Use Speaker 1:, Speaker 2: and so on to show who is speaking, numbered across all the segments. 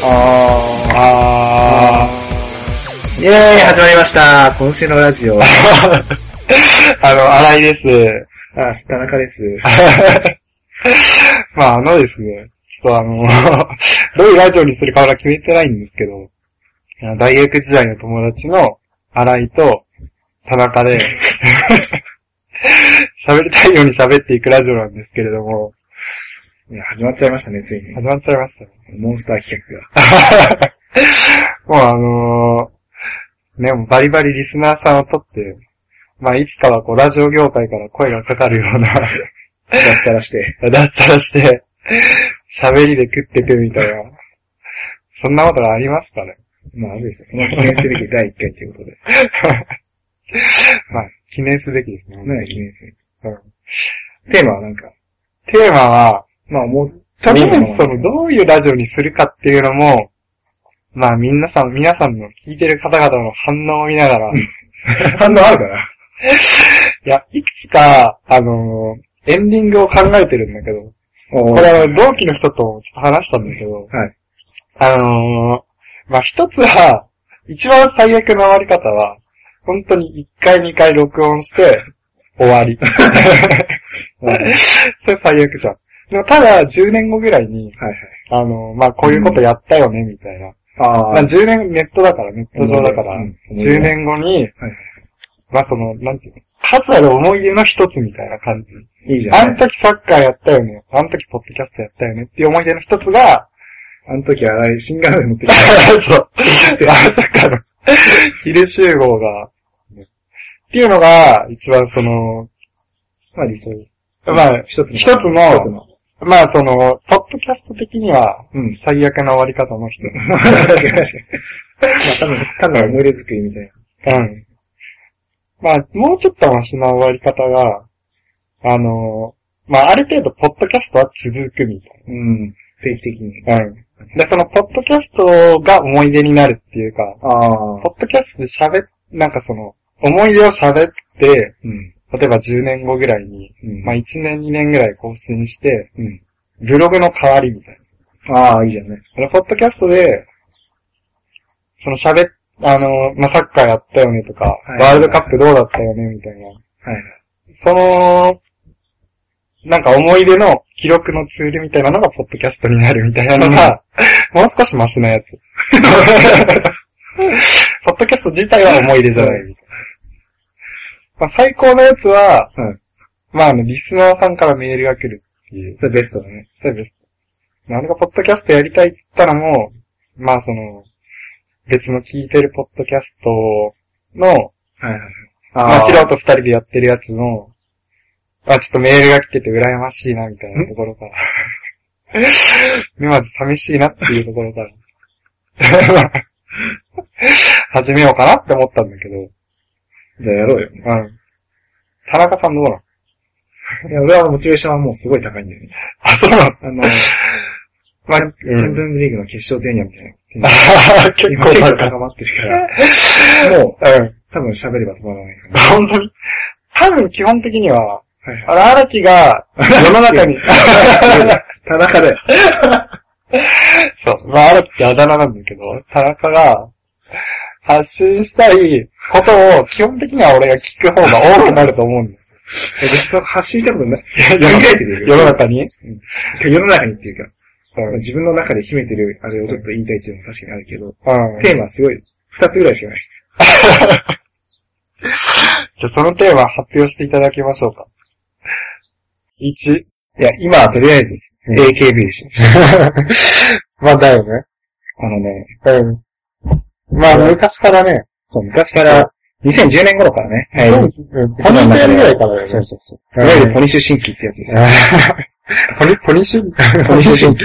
Speaker 1: あ
Speaker 2: あ
Speaker 1: ー。イェーイ、始まりました。今週のラジオ。あ、
Speaker 2: ー。 あの、荒井です。
Speaker 1: 田中です。
Speaker 2: まあ、あのですね、ちょっとあの、 どういうラジオにするかまだ決めてないんですけど、あの大学時代の友達の荒井と田中で、 喋りたいように喋っていくラジオなんですけれども、
Speaker 1: いや始まっちゃいましたね、ついに。
Speaker 2: 始まっちゃいましたね。
Speaker 1: モンスター企画が。
Speaker 2: もうあのーね、もうバリバリリスナーさんを取って、まあいつかはこうラジオ業界から声がかかるような、
Speaker 1: 脱サラして。
Speaker 2: だったらして、喋りで食ってくみたいな。そんなことがありますかね。
Speaker 1: まあ、あれですよ。その記念すべき第1回ということで。 ね
Speaker 2: まあ、記念すべきですね。
Speaker 1: 記念すべ
Speaker 2: うん
Speaker 1: き。テーマはなんか、
Speaker 2: テーマは、
Speaker 1: まあ、もう、
Speaker 2: 多分その、どういうラジオにするかっていうのも、まあ、皆さん、皆さんの聞いてる方々の反応を見ながら、い
Speaker 1: 反応あるかな
Speaker 2: や、いくつか、あのーエンディングを考えてるんだけど、
Speaker 1: こ
Speaker 2: こ
Speaker 1: れ
Speaker 2: れあの、同期の人とちょっと話したんだけど、
Speaker 1: はい。
Speaker 2: あのー、まあ、一つは、一番最悪の終わり方は、本当に一回二回録音して、終わ り。
Speaker 1: はいはい。
Speaker 2: それ最悪じゃん。でもただ、10年後ぐらいに、あのー、まあ、こういうことやったよね、みたいな。
Speaker 1: あ
Speaker 2: まあ、
Speaker 1: ー。
Speaker 2: 10年、ネットだから、ネット上だから、
Speaker 1: うん
Speaker 2: 10年後に、
Speaker 1: はい
Speaker 2: まあ、その、なんていうの、数ある思い出の一つみたいな感じ。
Speaker 1: いいじゃん。
Speaker 2: あの時サッカーやったよね、あの時ポッドキャストやったよねっていう思い出の一つが、
Speaker 1: あの時、あれ、新幹線乗ってき た。
Speaker 2: そう。まさかの、昼集合が、っていうのが、一番その、
Speaker 1: まあ、理想。
Speaker 2: まあ、
Speaker 1: 一つの。
Speaker 2: 一つの
Speaker 1: 一つの。
Speaker 2: まあその、ポッドキャスト的には、
Speaker 1: うん。
Speaker 2: 最悪な終わり方の人。
Speaker 1: まあ、多分、単なる思い出作りみたいな。
Speaker 2: うん。まあ、もうちょっとマシな終わり方が、あの、まあある程度、ポッドキャストは続くみたい
Speaker 1: うん。定期的に。
Speaker 2: な。うん。で、その、ポッドキャストが思い出になるっていうか、
Speaker 1: ああ
Speaker 2: ポッドキャストで喋っ、なんかその、思い出を喋って、
Speaker 1: うん。
Speaker 2: 例えば10年後ぐらいに、
Speaker 1: うん。
Speaker 2: まあ、1年2年ぐらい更新して、
Speaker 1: うん。
Speaker 2: ブログの代わりみたい
Speaker 1: ああ、いいじゃんね。
Speaker 2: な。ポッドキャストで、その喋っ、あの、まあ、サッカーやったよねとか、
Speaker 1: いはいはい
Speaker 2: ワールドカップどうだったよねみたいな。
Speaker 1: はいはい。
Speaker 2: その、なんか思い出の記録のツールみたいなのがポッドキャストになるみたいなのが、もう少しマシなやつ。ポッドキャスト自体は思い出じ ゃないみたいな。まあ、最高のやつは、
Speaker 1: うん
Speaker 2: まあ、あの、リスナーさんからメールが来るっていう。
Speaker 1: それベストだね。
Speaker 2: そうです。まあ、俺がポッドキャストやりたいって言ったらもう、まあその、別の聞いてるポッドキャストの、
Speaker 1: はいはいはい。
Speaker 2: まあ
Speaker 1: あ
Speaker 2: 素人二人でやってるやつの、まあちょっとメールが来てて羨ましいなみたいなところから。 でまず寂しいなっていうところから。 始めようかなって思ったんだけど、
Speaker 1: じゃあやろうよ。
Speaker 2: うん。田中さんどうなの
Speaker 1: いや、俺はモチベーションはもうすごい高いんだよね。
Speaker 2: あ、そうなの
Speaker 1: あの、
Speaker 2: まあ、
Speaker 1: チャンピオンズリーグの決勝前夜みたいな。
Speaker 2: 結
Speaker 1: 今
Speaker 2: 構
Speaker 1: 結構
Speaker 2: 高
Speaker 1: 高まってるから、もう
Speaker 2: い。うん。
Speaker 1: 多分喋れば止まらないか
Speaker 2: 本当に。多分基本的には、
Speaker 1: ら。はいは
Speaker 2: あの、荒木が世の中に、
Speaker 1: い。田中だよ。
Speaker 2: そう、まあ荒木ってあだ名なんだけど、田中が発信したいことを基本的には俺が聞く方が多くなると思うんだよ。
Speaker 1: え実は発信したことない。考
Speaker 2: 世
Speaker 1: えてるよ
Speaker 2: 世の中に
Speaker 1: 世の中にっていうか、
Speaker 2: そう。
Speaker 1: 自分の中で秘めてるあれをちょっと言いたいっていうのも確かにあるけど、
Speaker 2: うん。
Speaker 1: テーマすごい、二つぐらいしかない。
Speaker 2: じゃあそのテーマ発表していただきましょうか。1。
Speaker 1: いや、今はとりあえずです、
Speaker 2: うん
Speaker 1: AKB でしょ。
Speaker 2: まあだよね。
Speaker 1: あのね、
Speaker 2: うん。まあ昔からね、
Speaker 1: そう、昔から、2010年頃からね、は
Speaker 2: うん。
Speaker 1: い。
Speaker 2: ポニーテールぐらいからだよね。
Speaker 1: そうそうそう。
Speaker 2: うん
Speaker 1: いわゆるポニッシュ新規ってやつですよ。
Speaker 2: ポニ、ポニシ、ポ
Speaker 1: ポニ
Speaker 2: ニ
Speaker 1: ッ
Speaker 2: シ
Speaker 1: シュ、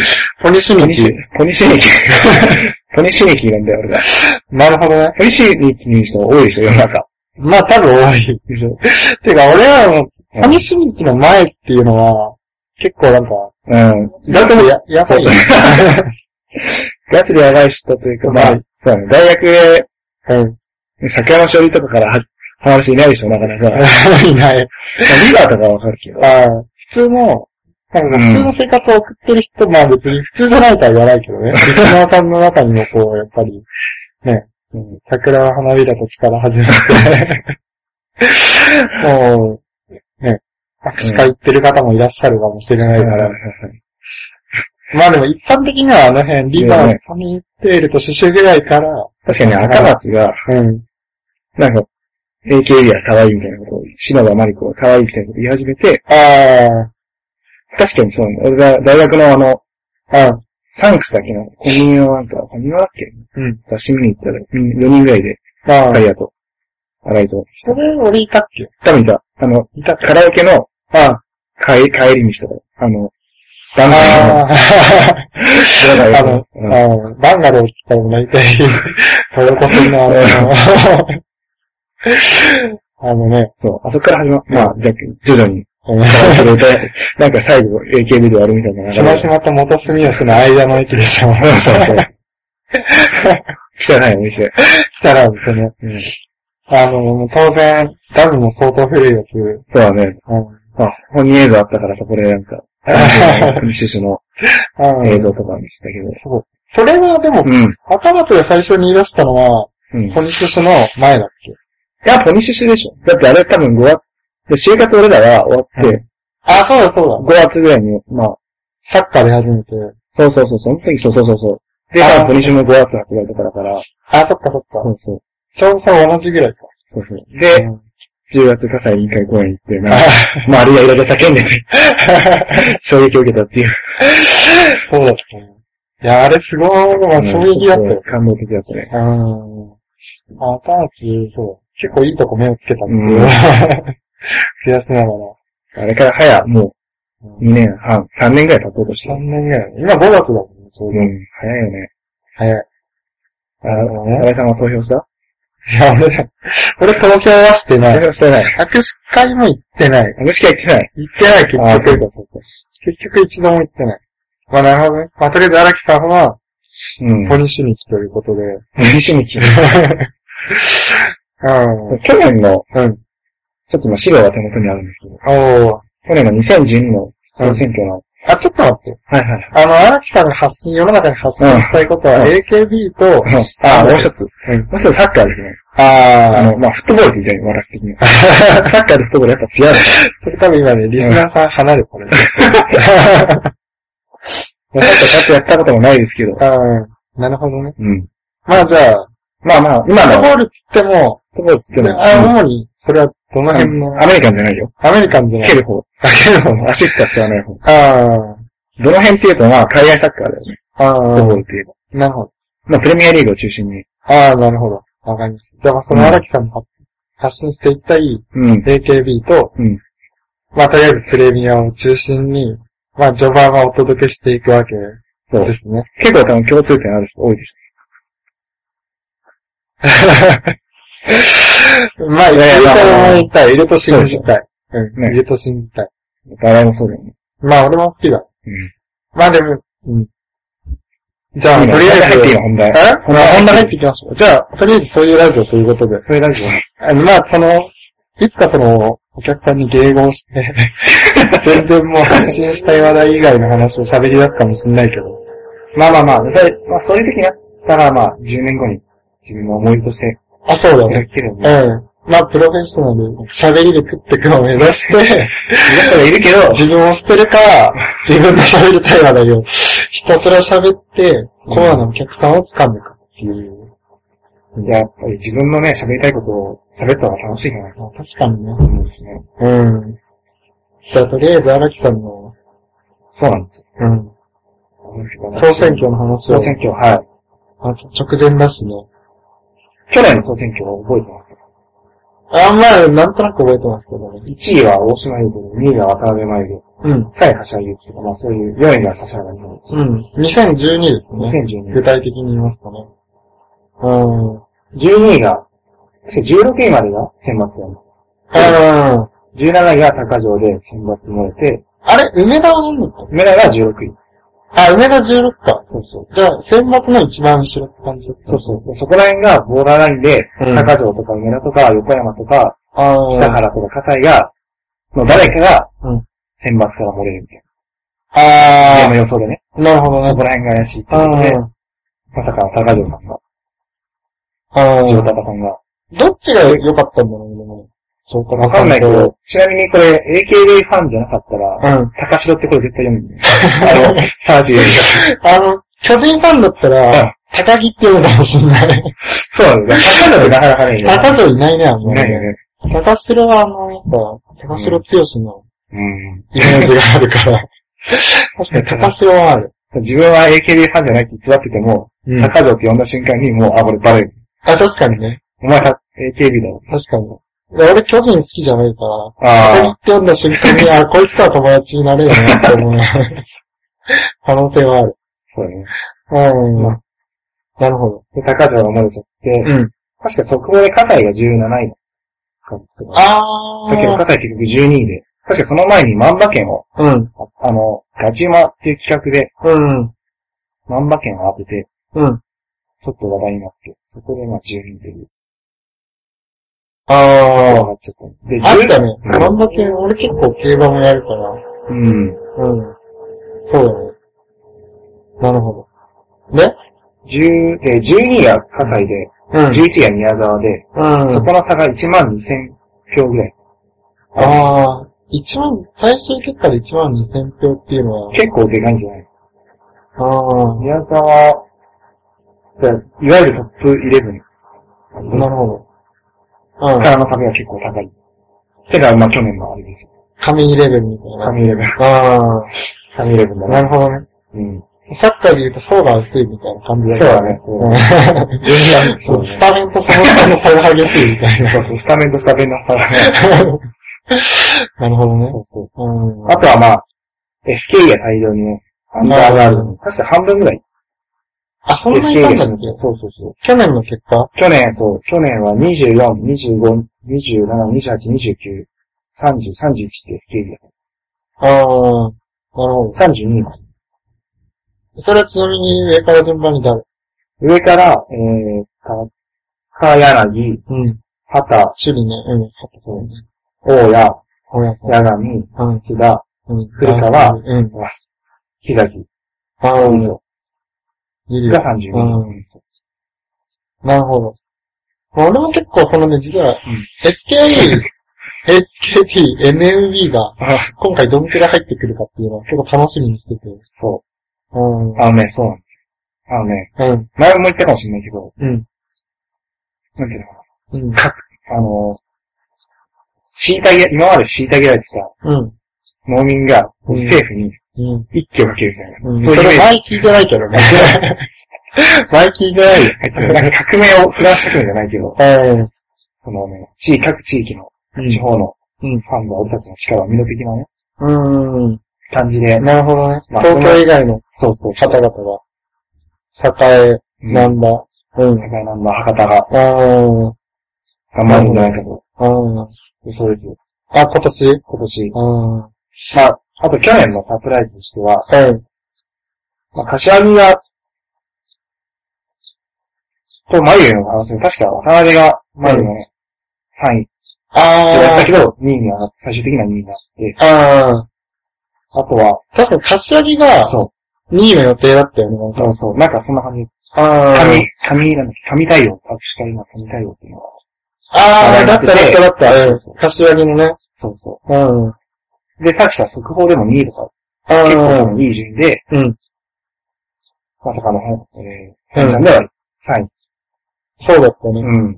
Speaker 2: ポニシ
Speaker 1: ポ
Speaker 2: ミ
Speaker 1: ニッシュ
Speaker 2: キ。、
Speaker 1: ポニッシュ新規。 ポニッシュ新規なんだよ、俺が。
Speaker 2: なるほどね。
Speaker 1: ポニッシュ新規の人多いでしょ、世の中。
Speaker 2: まあ多分多 いでしょ。てか俺らの、ポニシミキの前っていうのは、結構なんか、
Speaker 1: うん。
Speaker 2: だ
Speaker 1: だ
Speaker 2: っ
Speaker 1: と
Speaker 2: ても
Speaker 1: も、
Speaker 2: や、やばいよね。
Speaker 1: ガチでやばい人というか、まあ
Speaker 2: はい、
Speaker 1: そうだね、大 学
Speaker 2: うん。
Speaker 1: へ、酒の処理とかからは 話いないでしょ、なかなか。まあ
Speaker 2: いない。
Speaker 1: リバーとかはわかるけど。
Speaker 2: ああ、普通の、多分普通の生活を送ってる人、まあ別に普通じゃないとは言わないけ どね。リスナーさんの中にもこう、やっぱり、ね、うん桜は花びらと力始 まって、もう、ね、握手会行ってる方もいらっしゃるかもしれないから、まあでも一般的にはあの辺、リバー、サミーテールとシュシュぐらいから、
Speaker 1: 確かに赤松が、
Speaker 2: うん。
Speaker 1: なんか、AKB は可愛いみたいなことを、篠田麻里子は可愛いみたいなことを言い始めて、
Speaker 2: ああ、
Speaker 1: 確かにそう、俺が大学のあの、
Speaker 2: あ
Speaker 1: サンクスだけのコンビニのなんか、コンビニだっけ
Speaker 2: うん。
Speaker 1: 雑誌見に行ったら、4人ぐらいで、
Speaker 2: あ
Speaker 1: カ
Speaker 2: あ、
Speaker 1: リアと、洗いと、
Speaker 2: それ俺いたっけ
Speaker 1: 多分さ、あの、
Speaker 2: いたっけ
Speaker 1: カラオケの
Speaker 2: あ
Speaker 1: 帰り、帰り道とか、あの、
Speaker 2: あ、
Speaker 1: ダン
Speaker 2: ああ、
Speaker 1: スの、
Speaker 2: あ
Speaker 1: だ
Speaker 2: の、
Speaker 1: うん
Speaker 2: あの、バンガローって言ったら大体、トルコ戦のあの、あのね、
Speaker 1: そう、あそこから始ま、まあ、じゃあ徐々に、
Speaker 2: うん
Speaker 1: カラオケで歌えなんか最後、AKB で終わるみたいな
Speaker 2: しましまと元住吉の間の駅でしょ。
Speaker 1: そうそうそう。汚いお店。
Speaker 2: したらですね、
Speaker 1: うん
Speaker 2: あの、当然、ダムも相当古いやつ、
Speaker 1: そうだね。
Speaker 2: うん、
Speaker 1: まあ、本人映像あったからさ、これなんか、国主主の
Speaker 2: うん
Speaker 1: 映像とか見せたけど。
Speaker 2: そう。それはでも、
Speaker 1: うん。
Speaker 2: 赤松が最初に言い出したのは、
Speaker 1: うん。い
Speaker 2: ポニシスの前だっけ
Speaker 1: や、ポニッシュ種でしょ。だってあれ多分5月、で、就活俺らが終わって、
Speaker 2: あ、そうだそう
Speaker 1: 5月ぐらいに、まあ、
Speaker 2: だ。サッカーで始めて。
Speaker 1: そうそうそう、その時、そうそうそうそう。で、
Speaker 2: あー
Speaker 1: 多分ポニッシュの5月発売とかだから、
Speaker 2: あ、そっかそっ
Speaker 1: そ
Speaker 2: か。
Speaker 1: うそう。
Speaker 2: ちょうどそれ同じぐらいか。
Speaker 1: そうそう。で、
Speaker 2: うん
Speaker 1: 10月、火災委員会公演行って、なんか、まあ、あれがいろいろ叫んでて、 衝撃を受けたっていう。
Speaker 2: そうだったね。いや、あれすごい、まあ、衝撃だったよ。
Speaker 1: 感動的だったね。
Speaker 2: うん。あ、ただち、そう。結構いいとこ目をつけたんです
Speaker 1: うん
Speaker 2: け ど、悔しなが
Speaker 1: あれから早、も
Speaker 2: ら。
Speaker 1: う、2年半、3年ぐらい経とうとして
Speaker 2: 3
Speaker 1: る。
Speaker 2: 年ぐらい。今5月だもんね、ちょう
Speaker 1: う
Speaker 2: ど。
Speaker 1: ん、早いよね。
Speaker 2: 早い。
Speaker 1: あ、
Speaker 2: なるほどね
Speaker 1: 高井さんは投票した
Speaker 2: いや、俺、 俺投票はしてない。
Speaker 1: 投票してない。
Speaker 2: 握手会も行ってない。
Speaker 1: あ、もしか行ってない。
Speaker 2: 行ってない、結
Speaker 1: あ、そう
Speaker 2: 局。
Speaker 1: かそうか。
Speaker 2: 結局一度も行ってない。まあ、なるほどね。まあ、とりあえず荒木さんは、
Speaker 1: うん。
Speaker 2: ポニシニキということで。
Speaker 1: 西向き。
Speaker 2: うん。
Speaker 1: 去年の、
Speaker 2: うん。
Speaker 1: ちょっと今資料が手元にあるんですけど、
Speaker 2: おー。
Speaker 1: 去年の2012の総選挙の、
Speaker 2: あ、ちょっと待って。
Speaker 1: はいはい。
Speaker 2: あの、荒木さんが発信、世の中に発信したいことは、
Speaker 1: うん
Speaker 2: AKB と、
Speaker 1: あ、もう一つ。
Speaker 2: うん
Speaker 1: もう一つサッカーですね。あ
Speaker 2: ああ、
Speaker 1: の、まあ、フットボールって言うじゃん、私的には。サッカーとフットボールやっぱ違うね。
Speaker 2: それ多分今ね、リスナーさん離れたね。
Speaker 1: まあサッカーちゃんとやったこともないですけど。
Speaker 2: うん。なるほどね。
Speaker 1: うん。
Speaker 2: まあじゃあ、
Speaker 1: まあまあ、今
Speaker 2: フッ
Speaker 1: の
Speaker 2: ト
Speaker 1: フッ
Speaker 2: ボールっつっても、
Speaker 1: トボールっつっても、
Speaker 2: あ
Speaker 1: うん
Speaker 2: 主に、それはどの
Speaker 1: あ
Speaker 2: 辺の、
Speaker 1: のアメリカンじゃないよ。
Speaker 2: アメリカンじゃない
Speaker 1: 蹴。る方。蹴る方。アシスタ使わない方。
Speaker 2: あ
Speaker 1: どの辺っていうと、まあ、海外サッカーだよね。
Speaker 2: あ、あ
Speaker 1: フッ
Speaker 2: あ
Speaker 1: ト、ボールっていうと。
Speaker 2: なるほど。
Speaker 1: まあ、プレミアリーグを中心に。
Speaker 2: ああ、なるほど。わかりました。じゃあまあ、その荒木さんの発信していったい
Speaker 1: うん。
Speaker 2: AKB と、
Speaker 1: うん。
Speaker 2: まあとりあえずプレミアを中心に、まあ序盤はお届けしていくわけ
Speaker 1: そう。
Speaker 2: ですね。
Speaker 1: 結構多分共通点ある人多いでし
Speaker 2: まあ、いると思いたい。いると信じたい。うん。
Speaker 1: ね
Speaker 2: いると信じたい。
Speaker 1: ょ。誰もそうだよね。
Speaker 2: まあ、俺も好きだ。
Speaker 1: うん。
Speaker 2: まあでも、うん。じゃあ、
Speaker 1: あ、
Speaker 2: と
Speaker 1: と
Speaker 2: り
Speaker 1: り
Speaker 2: あ
Speaker 1: あえず
Speaker 2: えず、
Speaker 1: 入っていいの、本題。
Speaker 2: え
Speaker 1: 本題
Speaker 2: 本
Speaker 1: 本
Speaker 2: 題
Speaker 1: 題
Speaker 2: 入
Speaker 1: 入
Speaker 2: っ
Speaker 1: って
Speaker 2: いきましょう。じゃあ、とりあえずそういうラジオということで。
Speaker 1: それラジオ。
Speaker 2: あのまあ、その、いつかその、お客さんに迎 合して、全然もう発信したい話題以外の話を喋り出すかもしれないけど。
Speaker 1: まあまあまあ、それ、まあそういう時になったら、まあ、10年後に自分の思い出として
Speaker 2: あ、そうだ
Speaker 1: や
Speaker 2: ね。
Speaker 1: ってるんで。
Speaker 2: うん。まあ、プロフェッショナル、喋りで食っていくのを目指 して、
Speaker 1: 皆さんがいるけど、
Speaker 2: 自分を捨てるか、自分の喋りたい話題をひたすら喋って、コアなお客さんを掴んでいくっていう。
Speaker 1: やっぱり自分のね、喋りたいことを喋った方が楽しいかなと
Speaker 2: まあ、確かにね。
Speaker 1: 思うんですね。
Speaker 2: うん。じゃあ、とりあえず荒木さんの、
Speaker 1: そうなんですよ。
Speaker 2: うん。総選挙の話を
Speaker 1: 総、選挙、はい。
Speaker 2: あ直前だしね。
Speaker 1: 去年の総選挙を覚えてますか
Speaker 2: あんまあ、なんとなく覚えてますけどね。
Speaker 1: ?1 位は大島優子で、2位が渡辺真由
Speaker 2: うん。
Speaker 1: で、3位橋優樹とか、まあそういう、4位が柏原美穂です。
Speaker 2: うん。2012ですね。具
Speaker 1: 2012
Speaker 2: 体的に言いますとね。うん。う
Speaker 1: 12位が、確か16位までが選抜だね
Speaker 2: ん。
Speaker 1: 17位が高城で選抜漏れて、
Speaker 2: あれ、梅田は何だった
Speaker 1: 梅田が16位。
Speaker 2: あ、梅田16か。
Speaker 1: そうそう。
Speaker 2: じゃあ、選抜の一番後ろって感じだった
Speaker 1: そうそう。でそこら辺がボーダーラインで、
Speaker 2: うん
Speaker 1: 高城とか梅田とか横山とか、
Speaker 2: ああ。
Speaker 1: 北原とか葛西が、の誰かが
Speaker 2: うん。
Speaker 1: 選抜から漏れるみたいゲー
Speaker 2: あ
Speaker 1: ム予想でね。
Speaker 2: あ、なるほど
Speaker 1: こ
Speaker 2: ね。
Speaker 1: こら辺が怪しいって
Speaker 2: あ
Speaker 1: 言って、
Speaker 2: ー
Speaker 1: まさか高城さんが、
Speaker 2: あ
Speaker 1: 城
Speaker 2: ー、
Speaker 1: 高さんが。
Speaker 2: どっちが良かったんだろうね、でも。そうか、
Speaker 1: わかんないけど、ちなみにこれ AKB ファンじゃなかったら、
Speaker 2: うん。
Speaker 1: 高城ってこれ絶対読 むんだよ。あの、サージより
Speaker 2: あの、巨人ファンだった
Speaker 1: うん
Speaker 2: ら、高木って呼ぶかもしれない。
Speaker 1: そうなんだよ。高城ってなかなかね、い
Speaker 2: 高城いないね、あんま
Speaker 1: ない
Speaker 2: り
Speaker 1: よ。ね。
Speaker 2: 高城はあの、やっぱ、高城強しの
Speaker 1: うん。
Speaker 2: イメージがあるから。確かに高城はある。
Speaker 1: 自分は AKB ファンじゃないって偽ってても、
Speaker 2: うんあ、
Speaker 1: 高城って呼んだ瞬間にもう、あ、これバレる。
Speaker 2: 確かにね。
Speaker 1: お前は AKB だろ。
Speaker 2: 確かに。俺巨人好きじゃないから、高木
Speaker 1: あ
Speaker 2: って読んだ瞬間に、あ、こいつとは友達になれるなって 思う。可能性はある。
Speaker 1: そうだね。
Speaker 2: うん。なるほど。
Speaker 1: で、高城がまずそって、
Speaker 2: ん。
Speaker 1: 確かそこで葛西が17位だったかな
Speaker 2: あ
Speaker 1: だけど、葛西結局12位で、確かその前に万馬券を、
Speaker 2: ー。うん。
Speaker 1: ああの、ガチ馬っていう企画で
Speaker 2: うん。
Speaker 1: 万馬券を当てて、
Speaker 2: うん。
Speaker 1: ちょっと話題になって、そこでまあ12位という。
Speaker 2: あー。
Speaker 1: 上がっちゃった。で、
Speaker 2: あったね。
Speaker 1: うん
Speaker 2: なんだけ、俺結構競馬もやるから。うん。
Speaker 1: うん。
Speaker 2: そうだね。なるほど。ね
Speaker 1: 10えー12位が葛西で、
Speaker 2: うん。
Speaker 1: 11位が宮沢で、
Speaker 2: うん。
Speaker 1: そこの差が1万2000票ぐらい。
Speaker 2: ああ、一万、最終結果で1万2000票っていうのは、
Speaker 1: 結構でかいんじゃない
Speaker 2: ああ
Speaker 1: 宮沢、だいわゆるトップ11
Speaker 2: ー、なるほど。うん
Speaker 1: か。らの壁が結構高い。てか、まあ去年のあれですよ。
Speaker 2: 神イレブンみたいな。
Speaker 1: 神11。
Speaker 2: あ
Speaker 1: 神11だ
Speaker 2: あ、
Speaker 1: な。
Speaker 2: なるほどね。
Speaker 1: うん。
Speaker 2: サッカーで言うと層が薄いみたいな感じだ
Speaker 1: そうだね。そうだね。
Speaker 2: ね。
Speaker 1: そ
Speaker 2: そうう、
Speaker 1: だ
Speaker 2: ス
Speaker 1: ね
Speaker 2: タメンとその差の差が激しいみたいな。
Speaker 1: そうそう、スタメンとスタメンの差が ね。
Speaker 2: なるほどね。
Speaker 1: そうそう。
Speaker 2: うん。
Speaker 1: あとはまあ、SK が大量にね、アンダーガールド。確か半分ぐらい。
Speaker 2: あ、そんなに
Speaker 1: SK
Speaker 2: いたん
Speaker 1: が
Speaker 2: だっ
Speaker 1: 占めて
Speaker 2: け
Speaker 1: るそうそうそう。
Speaker 2: 去年の結果
Speaker 1: 去年、そう、去年は24、25、27、28、29、30、31ってスケール
Speaker 2: ああ、なるほど。
Speaker 1: だ。32まで。
Speaker 2: それはちなみに上から順番に誰
Speaker 1: 上から、えー、か、かやなぎ、
Speaker 2: うん。
Speaker 1: はた、
Speaker 2: 趣里ね。うん。勝ったそうね。
Speaker 1: おうや、
Speaker 2: ほやさ
Speaker 1: やがみ、
Speaker 2: ん。うん。
Speaker 1: 須田、
Speaker 2: うん。
Speaker 1: 古川
Speaker 2: うん。
Speaker 1: ひざき、
Speaker 2: ああ、うん。
Speaker 1: そう。
Speaker 2: ゆり
Speaker 1: が
Speaker 2: や。
Speaker 1: 32
Speaker 2: う
Speaker 1: 人。そう
Speaker 2: なるほど。まあ俺も結構そのね、実は、SKE、SKT、MMB が
Speaker 1: あ
Speaker 2: 今回どんくらい入ってくるかっていうのは結構楽しみにしてて。
Speaker 1: そ
Speaker 2: うん。
Speaker 1: う。あのね、そうなんですよ。あのね、
Speaker 2: うん。
Speaker 1: 前も言ったかもしれないけど、
Speaker 2: うん。
Speaker 1: なんていうのかな
Speaker 2: うん。
Speaker 1: あのー、虐げ、今まで虐げられて
Speaker 2: うん。
Speaker 1: た農民が、
Speaker 2: うん
Speaker 1: 政府に
Speaker 2: うん。
Speaker 1: 一挙かけるみたいな。
Speaker 2: うん。
Speaker 1: そう
Speaker 2: そ
Speaker 1: いうイメー
Speaker 2: れ
Speaker 1: ジ
Speaker 2: 前聞いてないけ どね。前聞いてないよ。
Speaker 1: なんか革命を、フランス革命じゃないけど、
Speaker 2: うん。
Speaker 1: そのね、地域、各地域の
Speaker 2: うん
Speaker 1: 地方のフ
Speaker 2: うん
Speaker 1: ァンが俺たちの力を見る的なね、
Speaker 2: うん。
Speaker 1: 感じで、
Speaker 2: なるほどね。
Speaker 1: まあ
Speaker 2: 東京以外の
Speaker 1: そうそう、
Speaker 2: 方々が、栄、
Speaker 1: うん
Speaker 2: なんだ、うん。
Speaker 1: 高いなんだ、博多が
Speaker 2: あー、
Speaker 1: 頑張るんじゃないかと。
Speaker 2: あー。
Speaker 1: そうですよ。
Speaker 2: あ、今年
Speaker 1: 今年。
Speaker 2: あー。
Speaker 1: まあ、あと去年のサプライズとしては、
Speaker 2: うん。
Speaker 1: まあ、柏木が、と、眉の話で、確か渡辺が眉のね、3位ってやっ
Speaker 2: あ
Speaker 1: た
Speaker 2: ー
Speaker 1: けど、2位に上がって、最終的には2位になって、
Speaker 2: あ
Speaker 1: あとは、
Speaker 2: ー。確かに柏木が
Speaker 1: そ
Speaker 2: 2位の予定だったよね、なん
Speaker 1: う、
Speaker 2: か。
Speaker 1: そうそう、なんかそんな感じ。
Speaker 2: あ
Speaker 1: 神、神なんだっけ神対応。握手会の神対応っていうのは。
Speaker 2: あー、だっただっただった。うん。柏木のね。
Speaker 1: そうそ
Speaker 2: うん。
Speaker 1: う。で、確か速報でも2位とか、
Speaker 2: あ
Speaker 1: 結構多
Speaker 2: ー。
Speaker 1: 分いい順位で、
Speaker 2: うん。
Speaker 1: まさかの本、えー、本ちゃんでは3位。
Speaker 2: そうだったね。
Speaker 1: うん。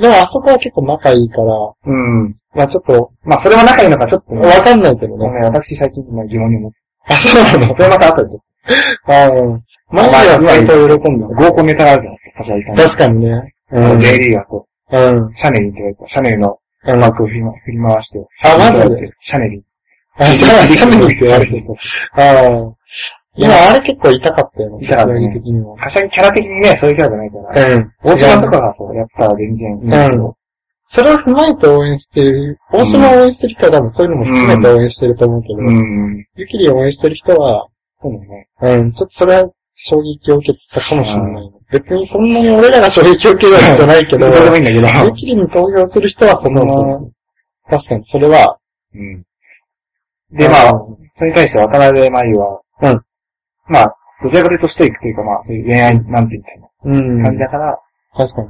Speaker 2: でもあそこは結構仲いいから、
Speaker 1: うん。
Speaker 2: まあちょっと、
Speaker 1: まあ、それも仲いいのかちょっとね、
Speaker 2: わかんないけど
Speaker 1: ごめ
Speaker 2: ね。
Speaker 1: ん私最近まあ疑問に思って。
Speaker 2: あ、そうなの
Speaker 1: それまた後で。
Speaker 2: あー。マジは割と喜んだ。
Speaker 1: 合コンネタがあるじゃないですか、柏木さんの。
Speaker 2: 確かにね。う
Speaker 1: あ
Speaker 2: ん
Speaker 1: の J リーガーと、
Speaker 2: うん。
Speaker 1: シャネリって言われた。シャネルの
Speaker 2: うん。
Speaker 1: マークを振りま振り回して。
Speaker 2: あマジで
Speaker 1: シャネリ。
Speaker 2: あ、そ うなんだ、寒いって言われ
Speaker 1: シャネリ
Speaker 2: て
Speaker 1: って
Speaker 2: た。ああ。今、あれ結構痛かったよね。
Speaker 1: 痛かったね
Speaker 2: 柏木的には。
Speaker 1: 柏木キャラ的にね、そういうキャラじゃないから。
Speaker 2: うん。
Speaker 1: 大島とかがそう、やったら全然いいんだけど。
Speaker 2: それを踏まえて応援してる、大島を応援してる人は多分そういうのも含めて応援してると思うけど、
Speaker 1: うん。
Speaker 2: ゆきりを応援してる人は、
Speaker 1: そうだね。
Speaker 2: うん、ちょっとそれは衝撃を受けたかもしれない。別にそんなに俺らが衝撃を受けるわけじゃな いけど、
Speaker 1: どうでもい
Speaker 2: ゆ
Speaker 1: いんだけど。
Speaker 2: きりに投票する人はそ
Speaker 1: そうそう
Speaker 2: の、確かにそれは、
Speaker 1: うん。で、まあ、それに対して渡辺麻衣は、
Speaker 2: うん
Speaker 1: まあ、どちらかというとストイックというか、まあ、そういう恋愛なんてみたいな
Speaker 2: うん。
Speaker 1: 感じだから、
Speaker 2: 確かに。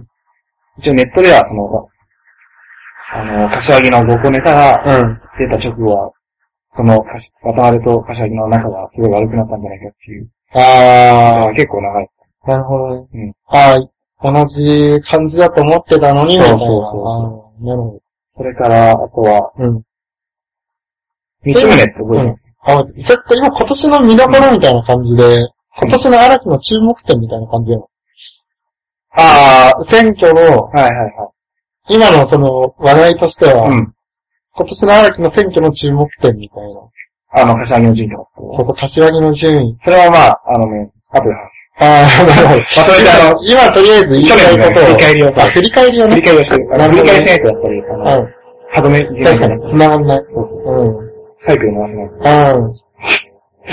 Speaker 1: 一応ネットでは、その、あの、柏木の合コンネタが
Speaker 2: うん。
Speaker 1: 出た直後は、その、かし渡辺と柏木の仲がすごい悪くなったんじゃないかっていう。
Speaker 2: あ
Speaker 1: 結構長い。
Speaker 2: ー、なるほどね。
Speaker 1: うん
Speaker 2: あー、同じ感じだと思ってたのに、みたいな
Speaker 1: そうそうそ
Speaker 2: あーなるほ
Speaker 1: それから、あとは、
Speaker 2: ど。うん。
Speaker 1: 三つ胸って覚えてま
Speaker 2: うん。あ、ちょっと今今年の見どころみたいな感じで、今年の荒木の注目点みたいな感じなの。ああ、選挙の、
Speaker 1: す。はいはい
Speaker 2: 今のその話題としては、
Speaker 1: はい。うん。
Speaker 2: 今年の荒木の選挙の注目点みたいな。
Speaker 1: あの、柏木の順位とかって
Speaker 2: ここ、柏木の順位。
Speaker 1: それはまあ、あのね、後で話す。
Speaker 2: ああ、なるほど。
Speaker 1: まとめてあの、
Speaker 2: 今とりあえず言いたいこ
Speaker 1: 去年の
Speaker 2: とを。
Speaker 1: ね振り返りをさ
Speaker 2: あ振り返りを
Speaker 1: 振
Speaker 2: ね
Speaker 1: り。返りをしてる。あの振り返りしないとやっぱり、あの、
Speaker 2: う
Speaker 1: 歯止め、
Speaker 2: ん。確かに、繋がんない。
Speaker 1: そうそう
Speaker 2: う
Speaker 1: そう。
Speaker 2: ん。うん。
Speaker 1: サイクル回せない。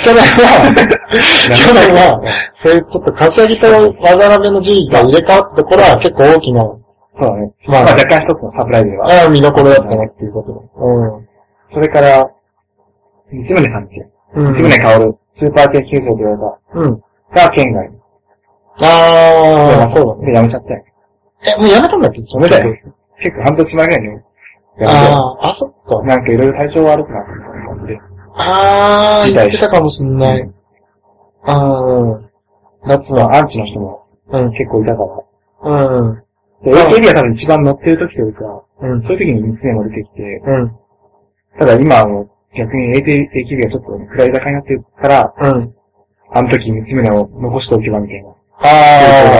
Speaker 2: 去年は、去年は、そういうちょっと柏木と渡辺の順位が入れ替わったところは結構大きな、
Speaker 1: そうだね。
Speaker 2: ま
Speaker 1: ま
Speaker 2: あ
Speaker 1: あ、若干一つのサプライズでは。
Speaker 2: ああ、見どころだったなっていうこと
Speaker 1: それから、三宗さんですよ。
Speaker 2: で。うん。うん。
Speaker 1: 三宗薫、スーパー研究生と言わ
Speaker 2: うん。
Speaker 1: れた、が県外。
Speaker 2: ああ、そうだね。
Speaker 1: で、辞めちゃったよ。
Speaker 2: え、もうやめたんだっけや
Speaker 1: めたよ結構半年前ぐらいに、辞めて、
Speaker 2: ああー、あ、そっか。
Speaker 1: なんかいろいろ体調悪くなってた感じで。
Speaker 2: ああ、
Speaker 1: 辞
Speaker 2: 言っ
Speaker 1: 退
Speaker 2: てたかもしんない。ああ、うん。
Speaker 1: 夏はアンチの人も
Speaker 2: うん。
Speaker 1: 結構いたから。
Speaker 2: うん。
Speaker 1: で、AKB が多分一番乗ってる時というか、
Speaker 2: うん。
Speaker 1: そういう時に三宗も出てきて、
Speaker 2: うん。
Speaker 1: ただ今はもう逆に AKB がちょっと暗い坂になってるから、
Speaker 2: うん。
Speaker 1: あの時三宗を残しておけばみたいな。
Speaker 2: あ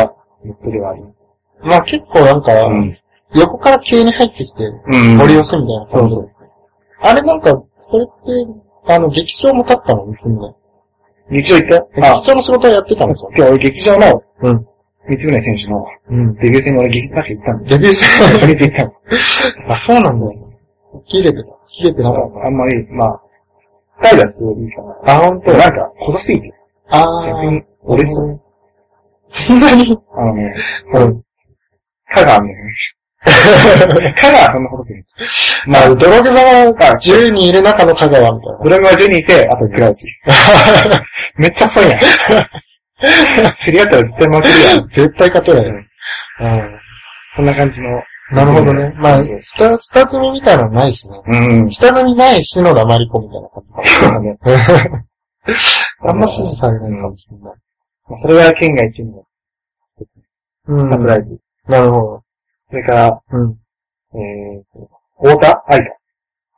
Speaker 2: あ、
Speaker 1: ネットではあります。
Speaker 2: まあ結構なんか、横から急に入ってきて、
Speaker 1: うん
Speaker 2: 盛り寄せみたいな
Speaker 1: そ
Speaker 2: 感
Speaker 1: う
Speaker 2: じ。
Speaker 1: そう。
Speaker 2: あれなんか、それって、あの、劇場も立ったの別にね。
Speaker 1: 日曜行ったよ。あ、
Speaker 2: 劇場の仕事はやってたの
Speaker 1: 今日俺劇場の
Speaker 2: うん。
Speaker 1: 三宗選手の
Speaker 2: うん。
Speaker 1: デビュー戦に俺劇場確か行ったんだよ。
Speaker 2: デビュー戦
Speaker 1: 初日行ったん
Speaker 2: あ、そうなんだ。切れてた。切れてなかっ
Speaker 1: だ。あんまり、まあ、スタイルはすごいいいかな。
Speaker 2: た。あ、ほん
Speaker 1: でもなんか、ほどすぎて。
Speaker 2: あ
Speaker 1: 逆
Speaker 2: ー
Speaker 1: に、俺と、
Speaker 2: そんなに
Speaker 1: あのね、
Speaker 2: う
Speaker 1: うんん。香川みたい な感じ。香川はそんなほどすぎない。
Speaker 2: ま
Speaker 1: ま
Speaker 2: あ、
Speaker 1: あ、
Speaker 2: 泥毛沢が10人いる中の香川みたいな。
Speaker 1: ブログは10人いて、あとクラウ チ。めっちゃ細いやん。競り合ったら絶対負けるやん。
Speaker 2: 絶対勝てない。
Speaker 1: そんな感じの。
Speaker 2: なるほどね。まあ、下、下積みみたいなのないしね。
Speaker 1: うん。
Speaker 2: 下積みないしの黙り子みたいな感じ。
Speaker 1: そうだね。
Speaker 2: あんま支持されないかもしれない。
Speaker 1: まあそれが県外っていうのが
Speaker 2: うん
Speaker 1: サプライズ。
Speaker 2: なるほ
Speaker 1: それから、
Speaker 2: ど。うん。
Speaker 1: えー、太田愛香。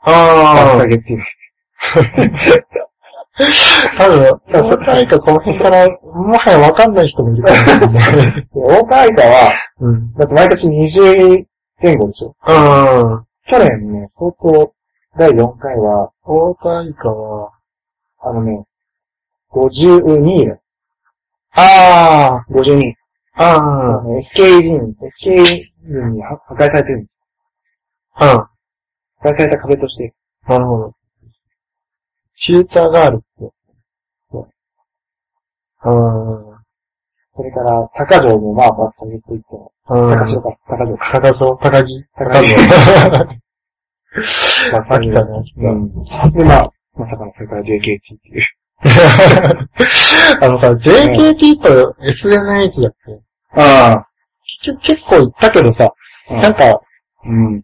Speaker 2: あ
Speaker 1: 松茸っていう。
Speaker 2: 多分、それないかこの辺から、もはやわかんない人もいるかもしれない。
Speaker 1: 太田愛香は、
Speaker 2: うん。
Speaker 1: だって毎年20前後でしょ。
Speaker 2: うん。
Speaker 1: 去年ね、相当、第4回は、
Speaker 2: 大田以下は、
Speaker 1: あのね、52位だ。
Speaker 2: あ
Speaker 1: 52位。
Speaker 2: あ、あ
Speaker 1: あの SK 人、SK 人に破破壊されてるんです。
Speaker 2: あ、うん。
Speaker 1: 破壊された壁として。
Speaker 2: なるほど。フューチャーガールって。うん。うん。
Speaker 1: それから、高城もまあ、バッと言っていっても、高城か、高城か。
Speaker 2: 高そう、高木。
Speaker 1: 高城。
Speaker 2: まあ、秋田ね、秋田。
Speaker 1: うん。で、まあ、まさかのそれから JKT っていう。
Speaker 2: あのさ、JKT と SNH だっけ
Speaker 1: あ
Speaker 2: 結局結構行ったけどさ、
Speaker 1: あ
Speaker 2: なんか、
Speaker 1: うん。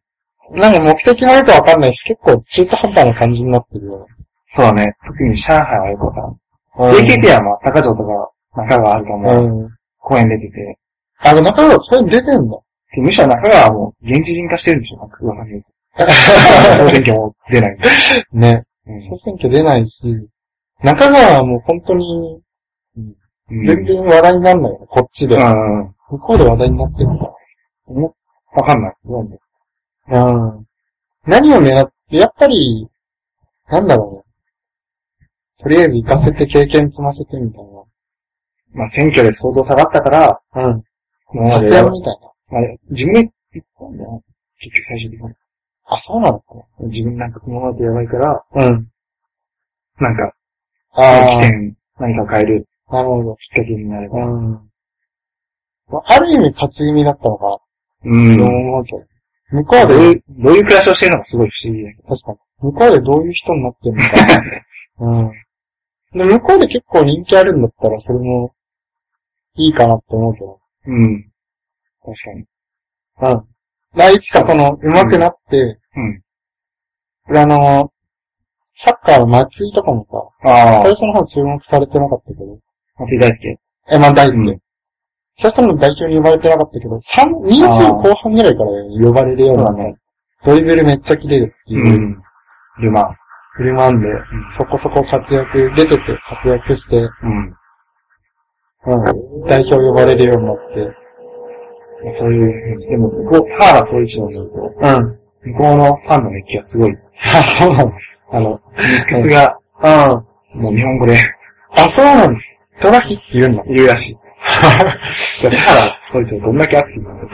Speaker 2: なんか目的もよくわかんないし、結構中途半端な感じになってるよね。
Speaker 1: そうだね。特に上海はよかった。
Speaker 2: うん
Speaker 1: JKT はまあ、高城とか中川あるかも、
Speaker 2: うん。
Speaker 1: 公演出てて。
Speaker 2: あの、中川、それ出て んだ。
Speaker 1: でむしろ中川はもう、現地人化してるんでしょ、なんか噂によると。当選挙も出ないんで。
Speaker 2: ね。
Speaker 1: うん
Speaker 2: 総選挙出ないし、中川はもう本当に、
Speaker 1: うん
Speaker 2: 全然話題にならないよね、こっちで。
Speaker 1: うん。
Speaker 2: 向こうで話題になってるか
Speaker 1: もわかんない。なんで
Speaker 2: ら。うん。何を狙って、やっぱり、なんだろうね。とりあえず行かせて経験積ませてみたい
Speaker 1: まあ、選挙で相当下がったから、
Speaker 2: な。うん。
Speaker 1: も
Speaker 2: さ
Speaker 1: う、
Speaker 2: すがみたいな。
Speaker 1: まあ、自分で言ったんだよ。結局最終的に。
Speaker 2: あ、そうなのか
Speaker 1: 自分なんかこのままでやばいから、
Speaker 2: な。うん。
Speaker 1: なんか、起
Speaker 2: あ
Speaker 1: 点、何かを変える
Speaker 2: あ、なるほど。
Speaker 1: きっかけになれ
Speaker 2: う
Speaker 1: ば。
Speaker 2: ん。まあある意味勝ち組だったのかな
Speaker 1: うん
Speaker 2: と
Speaker 1: ど
Speaker 2: 思うけど。向こう
Speaker 1: う
Speaker 2: で、
Speaker 1: い う、どういう暮らしをしてるのかすごい不思議だけ
Speaker 2: 確かに。向こうでどういう人になってるのか。うん。で、向こうで結構人気あるんだったら、それも、いいかなって思うけど。
Speaker 1: うん。確かに。
Speaker 2: うん。だいつかその、上手くなって、
Speaker 1: うん。
Speaker 2: あの、サッカーの松井とかもさ、
Speaker 1: あ
Speaker 2: 最
Speaker 1: あ、
Speaker 2: 初の方注目されてなかったけど、
Speaker 1: 松井大輔。
Speaker 2: え、まあ大好き。
Speaker 1: うん
Speaker 2: 最初の代表に呼ばれてなかったけど、三2週後半ぐらいから呼ばれるよう
Speaker 1: そうだ
Speaker 2: な
Speaker 1: ね。
Speaker 2: ドリブルめっちゃ切れるっていう、。
Speaker 1: ルマ。
Speaker 2: 振り回って、そこそこ活躍、出てて活躍して、
Speaker 1: うん。
Speaker 2: うん、代表呼ばれるようにな
Speaker 1: そういう、でも、こう、原総一郎によると、
Speaker 2: って。うん。
Speaker 1: 向こうのファンの熱気がすごい。
Speaker 2: あ、そうなのあの、
Speaker 1: ミックスが、
Speaker 2: うん。
Speaker 1: もう日本語で
Speaker 2: あ、そうなのトラヒって言う んだ。
Speaker 1: 言うらし い。じゃあ、原総一郎どんだけ熱いの
Speaker 2: なんで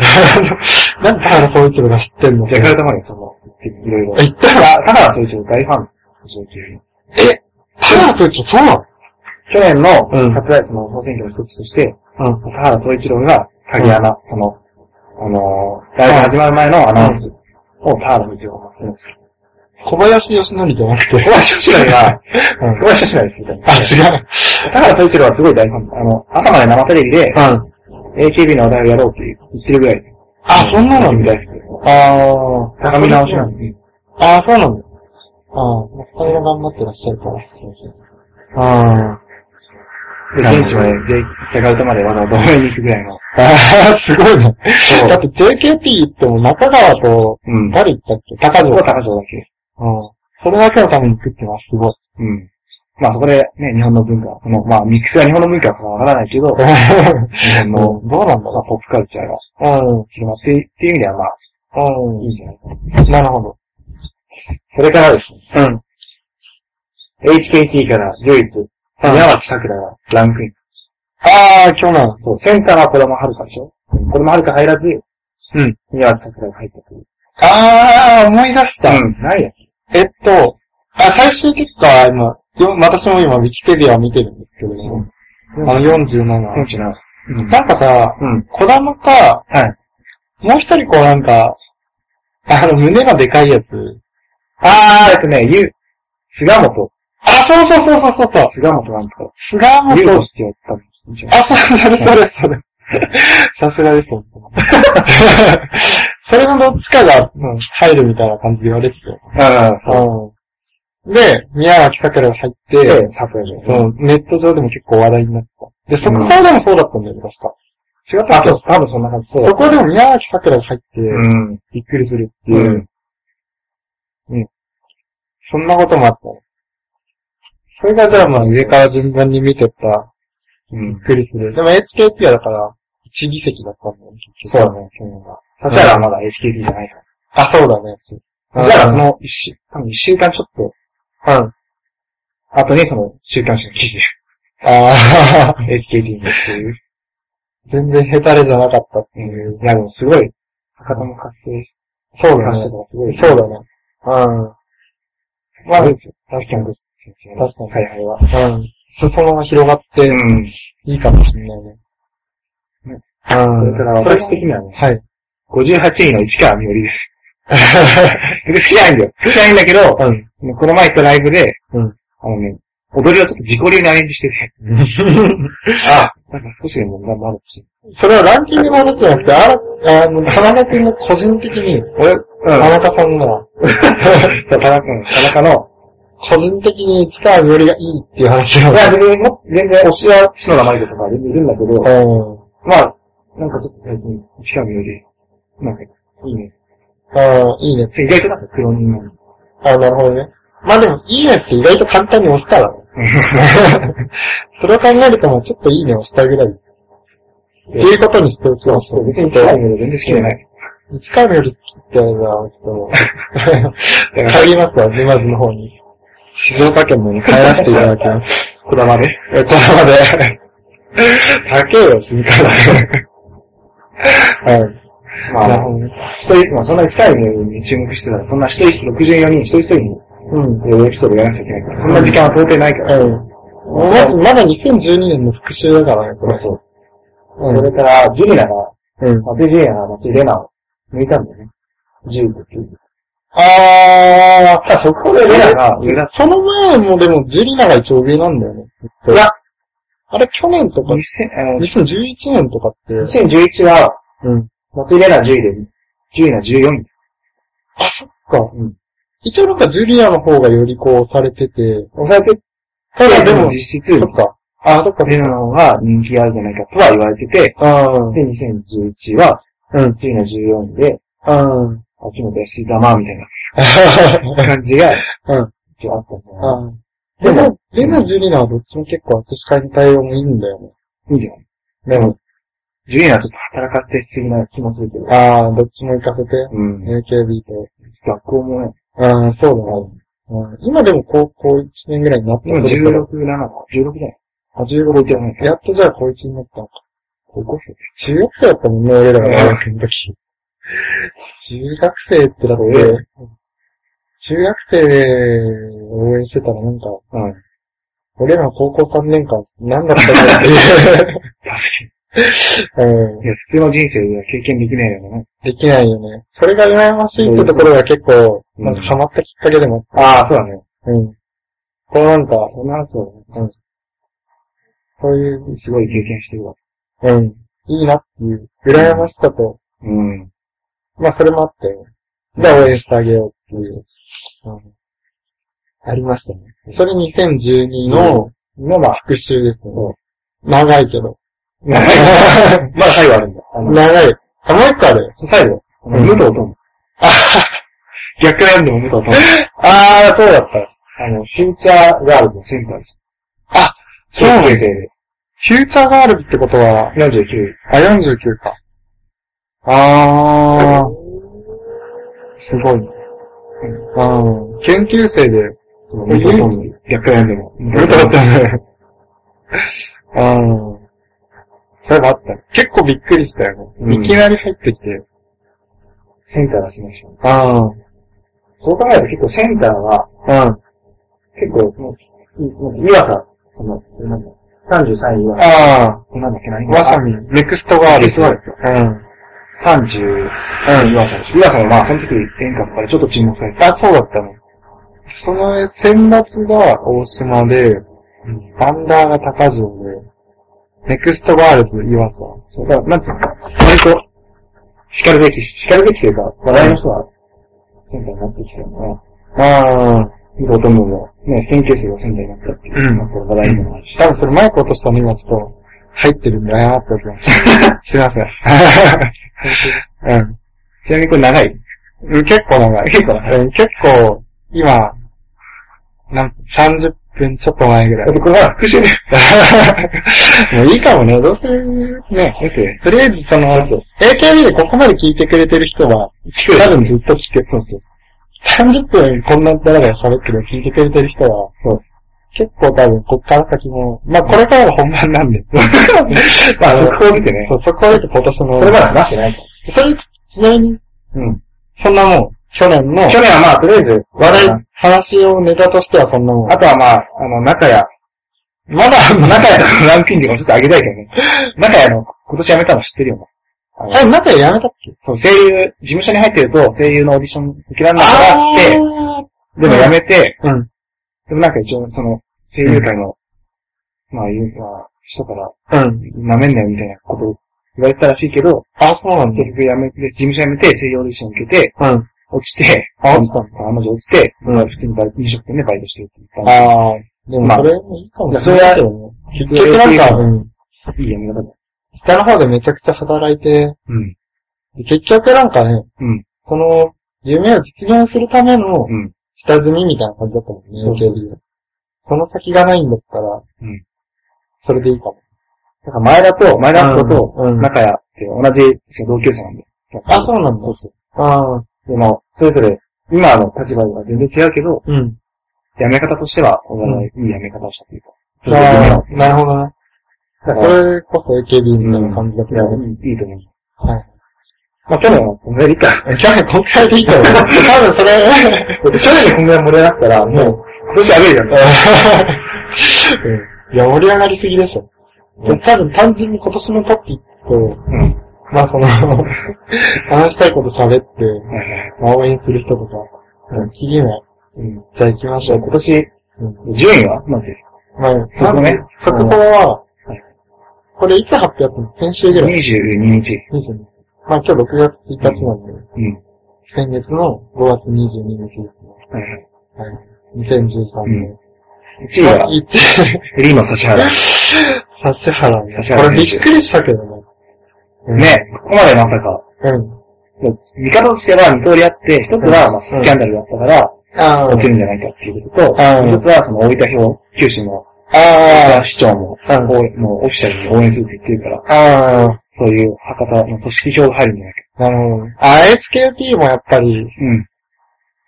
Speaker 2: 原総一郎が知ってんの
Speaker 1: ジャカルタまでその、行っていろいろ。
Speaker 2: 行ったら、
Speaker 1: 原原総一郎大ファン。
Speaker 2: え、原総一郎そうなの
Speaker 1: 去年
Speaker 2: うん
Speaker 1: の、サプライズの総選挙の一つとして、
Speaker 2: うん。
Speaker 1: 田原総一郎が、鍵穴、その、あのー、ライブ始まる前のアナウンスを田原総一郎がする。
Speaker 2: 小林義則じゃなくて。
Speaker 1: 小林俊成が、
Speaker 2: う
Speaker 1: 小
Speaker 2: ん。
Speaker 1: 林俊成ですみたいな。
Speaker 2: あ、違
Speaker 1: 田原総一郎はすごい大ファン。あの、朝まで生テレビで、
Speaker 2: う。うん。
Speaker 1: AKB の話題をやろうって言ってるぐらい。
Speaker 2: あ、そんな
Speaker 1: 大
Speaker 2: の
Speaker 1: 好きで
Speaker 2: あ
Speaker 1: す。高見直しなんで。
Speaker 2: ああ、そうなんだ。ああ、二人が頑張ってらっしゃる から。あ
Speaker 1: で、現地まで、ジェジャカルタまでわざわざ応援に行くぐらいの。
Speaker 2: あ。ああ、すごいね。だって JKP 言っても中川と、
Speaker 1: うん。
Speaker 2: 誰言ったっけ高
Speaker 1: そこ
Speaker 2: 城
Speaker 1: は。高城だけ。
Speaker 2: うん。それだけのために食ってます、すごい。
Speaker 1: うん。まあそこでね、日本の文化、その、まあミックスが日本の文化かはわからないけ ど、日本の、
Speaker 2: どうなんだ
Speaker 1: まあ
Speaker 2: ろ
Speaker 1: ポップカルチャーが
Speaker 2: う。
Speaker 1: 広まっていっていう意味ではまあ、
Speaker 2: うん。
Speaker 1: いいんじゃないかな。
Speaker 2: うん。なるほど。
Speaker 1: それからですね、
Speaker 2: うん。
Speaker 1: HKT から唯一、宮脇桜がランクイン。
Speaker 2: ああ、去年。
Speaker 1: そう、センターは子供はるかでしょ子供はるか入らず、
Speaker 2: うん。
Speaker 1: 宮脇桜が入ったという。
Speaker 2: ああ、思い出した。
Speaker 1: うん、ないやつ。
Speaker 2: えっと、あ、最終結果は今、よ私も今、ウィキペディアを見てるんですけれども、あの47。
Speaker 1: うん、違う。うん。
Speaker 2: なんかさ、
Speaker 1: うん。
Speaker 2: 小玉か、
Speaker 1: はい。
Speaker 2: もう一人こうなんか、あの、胸がでかいやつ。
Speaker 1: あー、えっとね、ゆ、菅本。
Speaker 2: あ、そうそうそうそうそうそう。
Speaker 1: 菅本なんとか。
Speaker 2: 菅本。
Speaker 1: ゆうとしてやったんですよ
Speaker 2: あ、そう、それそれそれ。さすがです、本当 それのどっちかが、うん、入るみたいな感じで言われてた
Speaker 1: あー、そう。
Speaker 2: よ。うん。で、宮脇桜が入って、
Speaker 1: で、サプライズ。
Speaker 2: そ。う、ネット上でも結構話題になった。で、速報でもそうだったんだよね、確か。
Speaker 1: 違ったあ、そう、多分そんな感じ。そうだ
Speaker 2: 速報でも宮脇桜が入って、
Speaker 1: うん。
Speaker 2: びっくりするって
Speaker 1: う
Speaker 2: いう、
Speaker 1: ん。
Speaker 2: そんなこともあった。それがじゃあまあ上から順番に見てった、
Speaker 1: うん
Speaker 2: びっ。くりする。でも HKT はだから、1議席だったんだよね、結
Speaker 1: そう
Speaker 2: 局
Speaker 1: だね、去年は。指原はまだ HKT じゃないから。
Speaker 2: あ、そうだね。
Speaker 1: 指原はそ
Speaker 2: うん
Speaker 1: の一週、多分一週間ちょっと、
Speaker 2: うん。
Speaker 1: 後にその週刊誌の記事で
Speaker 2: ああ、
Speaker 1: HKT に行くっていう。
Speaker 2: 全然ヘタレじゃなかった。
Speaker 1: うん。いや、でもすごい、博多も活性
Speaker 2: そうだ
Speaker 1: 化
Speaker 2: ね。
Speaker 1: して
Speaker 2: そ
Speaker 1: とかすごい。
Speaker 2: うだね。
Speaker 1: まあ、ですよ。確かに。確かに。はいはいは。
Speaker 2: うん。うん。裾野が広がって、
Speaker 1: うん。
Speaker 2: いいかもしれないね。
Speaker 1: ね
Speaker 2: うん
Speaker 1: それから私的にはね、
Speaker 2: はい。
Speaker 1: 58位の市川みより です。別に好きじゃないんだよ。好きじゃないんだけど、
Speaker 2: うん。
Speaker 1: この前行ったライブで、
Speaker 2: うん
Speaker 1: あのね、踊りをちょっと自己流にアレンジしてて、 あなんか少しでも頑張るし。
Speaker 2: それはランキングの話じゃなくて、あら、あの、花田君の個人的に、
Speaker 1: 俺、うん。
Speaker 2: 田中さんが、
Speaker 1: 田中君、田中の、
Speaker 2: 個人的に市川よりがいいっていう話を。
Speaker 1: いや、別にも、全然推しは死の名前とか全然いるんだけど、
Speaker 2: うん。
Speaker 1: まあ、なんかちょっと最近、市川みより、なんか、いいね。
Speaker 2: ああ、いいね。
Speaker 1: それ意外となんか黒人なの。
Speaker 2: あなるほどね。まあでも、いいねって意外と簡単に押す からね。それを考えるともうちょっといいねをしたぐらい。っていうことにしておきまし
Speaker 1: そ
Speaker 2: ょ
Speaker 1: う、
Speaker 2: う。
Speaker 1: 別に市川みより全然好きじゃない。
Speaker 2: 1回目より好きってやるな、ちょっと。
Speaker 1: だか ら
Speaker 2: 帰りますわ、沼津の方に。静岡県の方に帰らせていただきます。
Speaker 1: こだまで。
Speaker 2: え、このまで。高えよ、新幹線。はい。
Speaker 1: ま
Speaker 2: な
Speaker 1: あ
Speaker 2: るほ、どね。
Speaker 1: 一人、まあそんな市川みよりに注目してたら、そんな一人64人、一人一人に、
Speaker 2: うん。
Speaker 1: エピソードやらなきゃいけないから、そんな時間は到底ないから。
Speaker 2: うん。まず、まだ2012年の復習だからね、これ。
Speaker 1: そう。
Speaker 2: う
Speaker 1: それから、ジュニアが、
Speaker 2: うん。
Speaker 1: 松井ジュニアが松井レナを抜いたんだよね。15っていう。
Speaker 2: あった、そこで
Speaker 3: ユ
Speaker 2: ね、
Speaker 3: ナが、ユナ、
Speaker 2: その前もでも、ジュリナが一応上なんだよね。
Speaker 3: いや
Speaker 2: あれ、去年とか、
Speaker 3: 2000あの
Speaker 2: 2011年とかって、
Speaker 1: 2011は、
Speaker 2: うん。
Speaker 1: 松井玲奈10位で、10位な14位。
Speaker 2: あ、そっか。
Speaker 1: うん
Speaker 2: 一応なんかジュリアの方がよりこうされてて、
Speaker 1: 抑えて、
Speaker 2: ただでも、
Speaker 1: 実質、
Speaker 2: そっか。あ、そっか。
Speaker 1: レナの方が人気あるんじゃないかとは言われてて、
Speaker 2: あー
Speaker 1: で、2011は、
Speaker 2: うん。
Speaker 1: 10位な14位で、
Speaker 2: うん。
Speaker 1: 秋元康だまみたい
Speaker 2: あ
Speaker 1: な感じが、
Speaker 2: うん。
Speaker 1: 一応あったんだな。
Speaker 2: ーでも、レナ、ジュリナはどっちも結構扱いに対応もいいんだよね。
Speaker 1: いいじゃん。でも、10位はちょっと働かせすぎな気もするけど。
Speaker 2: ああ、どっちも行かせて。
Speaker 1: うん。
Speaker 2: AKB と。
Speaker 1: 学校もね、
Speaker 2: ああ、そうだな、うん。今でも高校1年ぐらいになった
Speaker 1: 今16、
Speaker 2: そろそろ
Speaker 1: 7だ。16じゃない。
Speaker 2: あ、15
Speaker 1: 高校じゃない。
Speaker 2: やっとじゃあ高1になったのか。
Speaker 1: 高校生。
Speaker 2: 中学生だったもんね、俺らが大学の時。中学生ってだって、中学生を応援してたらなんか、
Speaker 1: うん。
Speaker 2: 俺らの高校3年間、何だったんだっていう。
Speaker 1: 確か
Speaker 2: うん
Speaker 1: に。いや、普通の人生では経験できないよね。
Speaker 2: できないよね。それが羨ましいってところが結構、
Speaker 1: うん
Speaker 2: なんかハマったきっかけでも
Speaker 1: ああ、そうだね。
Speaker 2: ある。うん。こうなんか、
Speaker 1: そんな話を、
Speaker 2: そういう、
Speaker 1: すごい経験してるわ。
Speaker 2: うん、いいなっていう、羨ましさと、
Speaker 1: うん。
Speaker 2: まあそれもあって、で、応援してあげようっていう。
Speaker 1: ありましたね。
Speaker 2: それ2012の、
Speaker 1: 今は、
Speaker 2: 復習ですね。長いけど。
Speaker 1: まだ最後あるんだ。あの、
Speaker 2: 長い。あ、もう一個ある。
Speaker 1: 最後、あの
Speaker 2: うん
Speaker 1: 武藤とも。 逆なんでも武 藤とも。
Speaker 2: あー、そうだった。
Speaker 1: あの、フューチャーガールズのセンターです。
Speaker 2: あ、そうな
Speaker 1: 同
Speaker 2: んだ
Speaker 1: 級生で。
Speaker 2: フューチャーガールズってことは、
Speaker 1: 49位。
Speaker 2: あ、49か。あー、すごいね。うん。研究生で、
Speaker 1: その武藤とも。逆なんで も。
Speaker 2: 武藤とも。うん。そういえばあった。結構びっくりしたよね。
Speaker 1: うん
Speaker 2: いきなり入ってきて。
Speaker 1: センター出しました。
Speaker 2: ああ。
Speaker 1: そう考えると結構センターは、
Speaker 2: うん。
Speaker 1: 結構、もういもう、岩佐、その、なんだ、33位は、
Speaker 2: あ
Speaker 1: なんだっけな、
Speaker 2: あ。わさび、ネクストガールズ。
Speaker 1: ネクストあ30、
Speaker 2: うん。うん。
Speaker 1: 岩佐。岩佐もまあ、その時、天下からちょっと注目されて。
Speaker 2: あ、そうだったの。その選抜が大島で、アンダーが高城で、ネクストガールズ岩佐。
Speaker 1: そうだから、なんていうの割と、叱るべき、叱るべきというか、話題の人は、センターになってきたよね。
Speaker 2: ああ。
Speaker 1: 伊藤友も、ね、研究生がセンターになったっていう、
Speaker 2: うん
Speaker 1: まあこれ話題にもなるし。
Speaker 2: 多分それマイク落としたの今ちょっと入ってるんで謝っておきます。 すいません。うん。
Speaker 1: ちなみにこれ長い
Speaker 2: うん結構長い。
Speaker 1: 結構長
Speaker 2: うん結構、今、なん30分ちょっと前ぐらい
Speaker 1: だっ。てこれは復習で。
Speaker 2: もういいかもね、どうせ
Speaker 1: だ
Speaker 2: ね。
Speaker 1: って、
Speaker 2: とりあえずその、AKB でここまで聞いてくれてる人は、
Speaker 1: く
Speaker 2: 多分ずっと聞く。そうそう30分こんなだらだら喋ってるの聞いてくれてる人は、
Speaker 1: そう
Speaker 2: 結構多分こっから先も、まあこれからが本番 なんで。
Speaker 1: まあ
Speaker 2: の
Speaker 1: そこを見てね
Speaker 2: そう、そこを見て今年の。
Speaker 1: これまだ話してないか
Speaker 2: それ、ちなみに、
Speaker 1: ら。うん。
Speaker 2: そんなもん、去年の、
Speaker 1: 去年はまあ、とりあえず、
Speaker 2: 話
Speaker 1: 話題、
Speaker 2: 題、話をネタとしてはそんなもん。
Speaker 1: あとはまあ、あの、中谷、
Speaker 2: まだ、
Speaker 1: 中谷のランキングもちょっと上げたいけどね。中谷の、今年辞めたの知ってるよね。あの
Speaker 2: え、まだやめたっけ
Speaker 1: そう、声優、事務所に入ってると声優のオーディション受けられないからって、
Speaker 2: ー
Speaker 1: でも辞めて、
Speaker 2: うん。
Speaker 1: でもなんか一応その、声優界の、まあ、いう、まあ、人から、
Speaker 2: うん。
Speaker 1: 舐めんなよみたいなことを言われてたらしいけど、
Speaker 2: あ、そうなん
Speaker 1: 結局辞めて、事務所辞めて声優オーディション受けて、
Speaker 2: だ。うん。
Speaker 1: 落ちて、
Speaker 2: あ
Speaker 1: 落ちたんか、あの女落ちて、
Speaker 2: うん
Speaker 1: まあ普通にバイト飲食店でバイトしてるって言った
Speaker 2: ああ、でも
Speaker 1: まあ
Speaker 2: それもいいかもし
Speaker 1: そ
Speaker 2: れ
Speaker 1: れ
Speaker 2: ない
Speaker 1: は
Speaker 2: けどね。結
Speaker 1: 結
Speaker 2: 局
Speaker 1: 局
Speaker 2: なんか、
Speaker 1: う
Speaker 2: うん。
Speaker 1: いい辞め方だ。
Speaker 2: 下の方でめちゃくちゃ働いて、
Speaker 1: うん。
Speaker 2: で結局なんかね、
Speaker 1: うん。
Speaker 2: その、夢を実現するための
Speaker 1: うん。
Speaker 2: 下積みみたいな感じだったもんね、
Speaker 1: そうそう
Speaker 2: AKB その先がないんだったら、
Speaker 1: うん
Speaker 2: それでいいかも。
Speaker 1: だから前田と、前田敦子と
Speaker 2: うんうん、
Speaker 1: 中谷って同じ同級生なんで。
Speaker 2: あ、そうなんだ。ああ、
Speaker 1: でも、それぞれ、今の立場は全然違うけど、
Speaker 2: うん。
Speaker 1: 辞め方としては、お互いいい辞め方をしたというか。それで夢を
Speaker 2: ああ、なるほどね。
Speaker 1: だ
Speaker 2: そ
Speaker 1: から、
Speaker 2: れこそ AKB みたいな感じだっ
Speaker 1: い
Speaker 2: た
Speaker 1: や、
Speaker 2: よね。
Speaker 1: いいいいと思う。
Speaker 2: はい。
Speaker 1: まあ、去年はこんぐらいでいいか。
Speaker 2: 去年こんくらいでい いと思う。多分それ、
Speaker 1: 去年でこんぐらい盛り上がったら、もう、今年やべえよ。
Speaker 2: いや、盛り上がりすぎでしょ。
Speaker 1: うん
Speaker 2: 多分単純に今年のトピックを、
Speaker 1: うん。
Speaker 2: まあその 、話したいこと喋って、
Speaker 1: はいはい
Speaker 2: まあ応援する人とか、うん、切りない。
Speaker 1: うん。
Speaker 2: じゃあ行きまし
Speaker 1: じ
Speaker 2: ょ
Speaker 1: ゃあ
Speaker 2: う。
Speaker 1: 今年、
Speaker 2: うん
Speaker 1: 順位はまず。
Speaker 2: まあ、
Speaker 1: そこね
Speaker 2: 速報は、これいつ発表やったの先週ぐらい。
Speaker 1: 22日。
Speaker 2: 22まあ今日6月1日なんで、
Speaker 1: うん。
Speaker 2: 先月の5月22日ですね。
Speaker 1: はい
Speaker 2: はい。2013年。
Speaker 1: 1位は、
Speaker 2: 1位、
Speaker 1: フリーの指原。
Speaker 2: 指原ね。
Speaker 1: 指原
Speaker 2: これ
Speaker 1: 選
Speaker 2: び
Speaker 1: 手
Speaker 2: っくりしたけどね。うん
Speaker 1: ね、ここまでまさか。
Speaker 2: うん。
Speaker 1: 見方としては2通りあって、一つはまあスキャンダルだったから、
Speaker 2: あー
Speaker 1: 落ちるんじゃないかっていうことと、
Speaker 2: うん
Speaker 1: 一つはその大分票、九州の
Speaker 2: あー
Speaker 1: 市長も、
Speaker 2: うん
Speaker 1: 応援もうオフィシャルに応援するって言ってるから、
Speaker 2: あー
Speaker 1: そういう博多の組織票が入るんじゃないか。
Speaker 2: なるほど。あ、HKT もやっぱり、
Speaker 1: うん。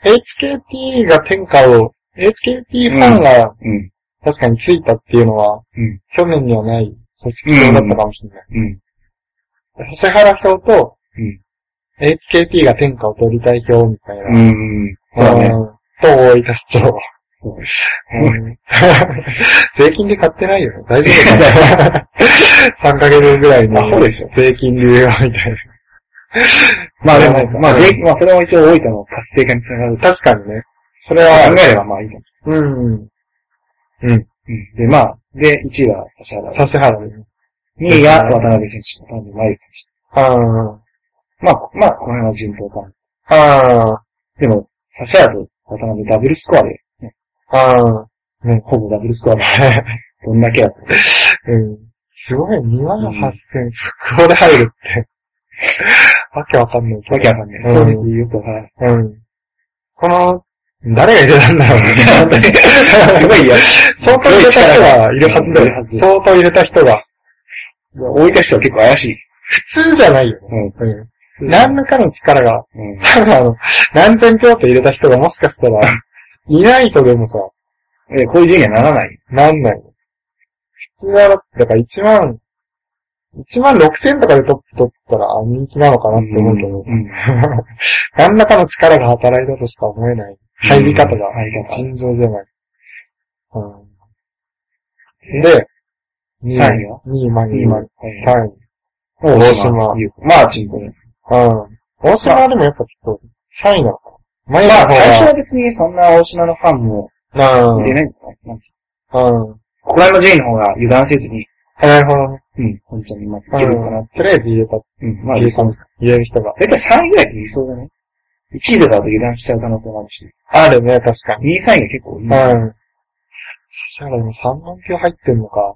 Speaker 2: HKT が天下を、HKT ファンが
Speaker 1: うん。
Speaker 2: 確かについたっていうのは、
Speaker 1: うん
Speaker 2: 去年にはない組織票だったかもしれない。
Speaker 1: うん。
Speaker 2: 指原票と、
Speaker 1: うん。
Speaker 2: HKT が天下を取りたい票みたいな。
Speaker 1: うん。そうだね。
Speaker 2: うん。と、大分市長。
Speaker 1: そう
Speaker 2: うん、税金で買って ないよ。大丈夫だよ。3ヶ月ぐらいの
Speaker 1: あそうでしょ
Speaker 2: 税金流用みたい
Speaker 1: まあで
Speaker 2: そうか
Speaker 1: も、まあ、
Speaker 2: うん
Speaker 1: でまあ、それも一応大分の活性化につながる
Speaker 2: な。。確かにね。
Speaker 1: それは考えればまあいいかも。
Speaker 2: うん。
Speaker 1: うん。で、まあ、で、1位は指原。
Speaker 2: 指原ね。
Speaker 1: 2位が渡辺選手。渡辺真由選
Speaker 2: あ
Speaker 1: 手。まあ、まあ、この辺は順当かな。
Speaker 2: あ、ああ、
Speaker 1: でも、指原と渡辺ダブルスコアで、
Speaker 2: ああ、
Speaker 1: ね、ほぼダブルスコアで、どんだけやった
Speaker 2: うん。すごい、2万8000、そこで入るって。わけわかんないけど。
Speaker 1: わけわかんない。
Speaker 2: う
Speaker 1: 正
Speaker 2: ん
Speaker 1: 直よくわからない。
Speaker 2: うん。この、誰が入れたんだろう ね。
Speaker 1: すごいよ。
Speaker 2: 相当入れた人がいるはずだよ。
Speaker 1: いるは
Speaker 2: 相当入れた人が。
Speaker 1: 置いた人は結構怪しい。
Speaker 2: 普通じゃないよね。
Speaker 1: うん。
Speaker 2: うん。何らかの力が、
Speaker 1: うん。
Speaker 2: 多分あの、何千票って入れた人がもしかしたら、いないとでもさ、
Speaker 1: え、こういう順位にはならない。
Speaker 2: なんない。普通はだって、だから1万、1万6千とかでトップ取ったらあ人気なのかなって思うけど、
Speaker 1: うん。
Speaker 2: 何らかの力が働いたとしか思えない。入り方が、
Speaker 1: 入り方
Speaker 2: 尋常じゃない。うん、で、2位
Speaker 1: 三位は
Speaker 2: ?2 位、マニ
Speaker 1: 今、は
Speaker 2: 3
Speaker 1: い。
Speaker 2: 位。
Speaker 1: 大
Speaker 2: 島
Speaker 1: まあ、チンコね。
Speaker 2: うん。大島はでもやっぱちょっと、3位なのかな。前
Speaker 1: まあ、最初
Speaker 2: は
Speaker 1: は別にそんな大島のファンも
Speaker 2: な
Speaker 1: 入れないんじゃないなんか
Speaker 2: うん。うん。
Speaker 1: ここら辺の順位の方が油断せずに、
Speaker 2: なるほどね。
Speaker 1: うん、本当にまあ、いけるかな。
Speaker 2: うん。とりあえず入れた、
Speaker 1: うん、まあ、理想。
Speaker 2: 入れる人が。
Speaker 1: だいたい3位ぐらいって理想だね。1位とかだと油断しちゃう可能性もあるし、
Speaker 2: あるね、確か
Speaker 1: 2
Speaker 2: に。
Speaker 1: 位、3位が結構いい。
Speaker 2: うん。だから今3万票入ってんのか。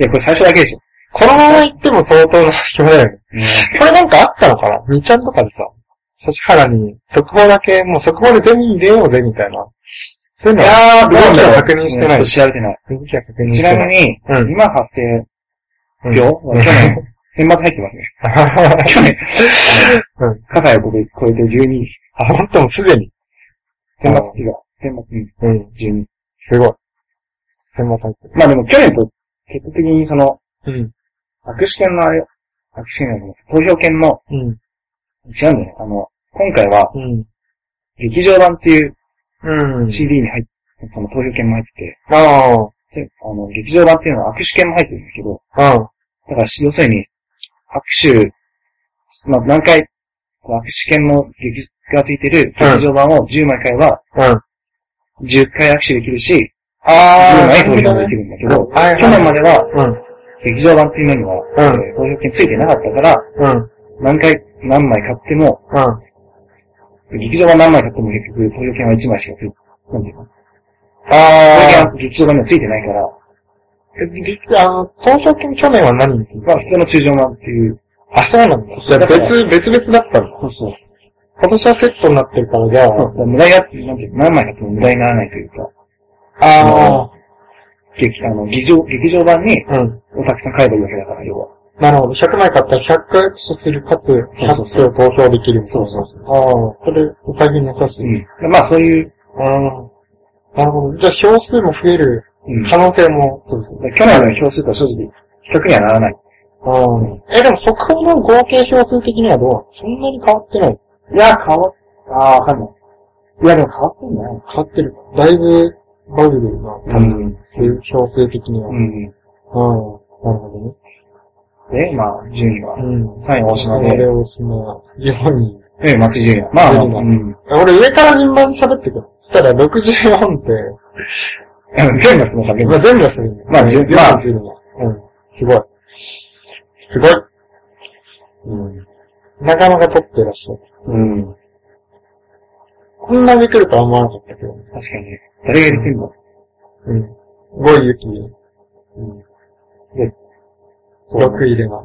Speaker 1: いや、これ最初だけでしょ。
Speaker 2: このまま行っても相当な票だよね。これなんかあったのかな ?2 ちゃんとかでさ、指原に速報だけ、もう速報で全員入れようぜ、みたいな。そういうの
Speaker 1: いやー、どう
Speaker 2: 動き
Speaker 1: だろ
Speaker 2: は
Speaker 1: う
Speaker 2: 確認してな
Speaker 1: う
Speaker 2: い
Speaker 1: ん。ちょっと調べてない。
Speaker 2: 動きは確認し
Speaker 1: ち
Speaker 2: て
Speaker 1: な
Speaker 2: な
Speaker 1: み
Speaker 2: い。
Speaker 1: に、
Speaker 2: うん
Speaker 1: 今発生
Speaker 2: うん
Speaker 1: 票は去年、選抜入ってますね。去 年、
Speaker 2: うん。
Speaker 1: 加西を超え超えて12位。
Speaker 2: あ、ほんともうすでに。
Speaker 1: 選抜違う。選抜、うん、
Speaker 2: うん。
Speaker 1: 12位。
Speaker 2: すごい。千葉さんって。
Speaker 1: まあでも去年と、結果的にその、
Speaker 2: うん。
Speaker 1: 握手券のあれ、握手券の投票券の、
Speaker 2: うん。
Speaker 1: 違うんだよね。あの、今回は、
Speaker 2: うん。
Speaker 1: 劇場版っていう
Speaker 2: うん。
Speaker 1: CD に入って、その投票券も入って
Speaker 2: ああ。
Speaker 1: て、であの、劇場版っていうのは握手券も入ってるんだけど、
Speaker 2: うん。
Speaker 1: だから、要するに、握手、まあ、何回、握手券の劇がついてる
Speaker 2: うん
Speaker 1: 劇場版を10枚買えば、
Speaker 2: うん。
Speaker 1: 10回握手できるし、10
Speaker 2: あ
Speaker 1: 枚
Speaker 2: ー、
Speaker 1: 投票もできるんだけど、
Speaker 2: はいはい
Speaker 1: 去年までは
Speaker 2: うん。
Speaker 1: 劇場版っていうのには、
Speaker 2: うん
Speaker 1: えー投票券ついてなかったから、
Speaker 2: うん。
Speaker 1: 何回、何枚買っても、
Speaker 2: うん。
Speaker 1: 劇場版何枚買っても結局投票券は1枚しかついて、なんていうか、投票券
Speaker 2: あ
Speaker 1: は劇場版にはついてないから、
Speaker 2: ー、実あの、投票券去年は何について
Speaker 1: まあ普通の中場版っていう、
Speaker 2: あ、そうなんだ。じゃあ別、別々だったの
Speaker 1: そうそう。
Speaker 2: 今年はセットになってるから、じゃ
Speaker 1: だから無駄が、なんていうか、何枚買っても無駄にならないというか、
Speaker 2: あ、あ
Speaker 1: 劇あの劇場劇場版に
Speaker 2: ー、うん。
Speaker 1: おたくさん買えばいいわけだから、要は。
Speaker 2: なるほど。100枚買ったら100回握手する、かつ、
Speaker 1: そうそ
Speaker 2: 100
Speaker 1: う
Speaker 2: 票投票できる。
Speaker 1: そうそうそう。
Speaker 2: ああ、それ、うさぎに優しい。
Speaker 1: うん。まあ、そういう、
Speaker 2: うん。なるほど。じゃあ票数も増える
Speaker 1: うん
Speaker 2: 可能性も。
Speaker 1: そうそう。去年の票数とは正直、比較にはならない。
Speaker 2: うん。え、でも速報の合計票数的にはどうなのそんなに変わってない。
Speaker 1: いや、変わっ、ああ、わかんない。いや、でも変わってんね。
Speaker 2: 変わってる。だいぶ、バグルな、多分、票数的には。う
Speaker 1: ん。
Speaker 2: ん。なるほどね。
Speaker 1: で、まあ、順位は。
Speaker 2: うん。
Speaker 1: 3位大島
Speaker 2: これ
Speaker 1: で、
Speaker 2: 大島、4位、
Speaker 1: ええ、待ち順位。まあまあまあ、うん。
Speaker 2: 俺上から順番に喋ってくる。そしたら64って、
Speaker 1: 全部その先
Speaker 2: まあ、全部はするんだよ。
Speaker 1: まあじゅ
Speaker 2: 全部
Speaker 1: まあ
Speaker 2: はするんだようん。すごい。すごい。うん。なかなか取ってらっしゃる。
Speaker 1: うん。
Speaker 2: こんなに来るとは思わなかったけど。
Speaker 1: 確かに。誰が入れてんの
Speaker 2: うん。5位ゆき、
Speaker 1: そうだね
Speaker 2: 6位では、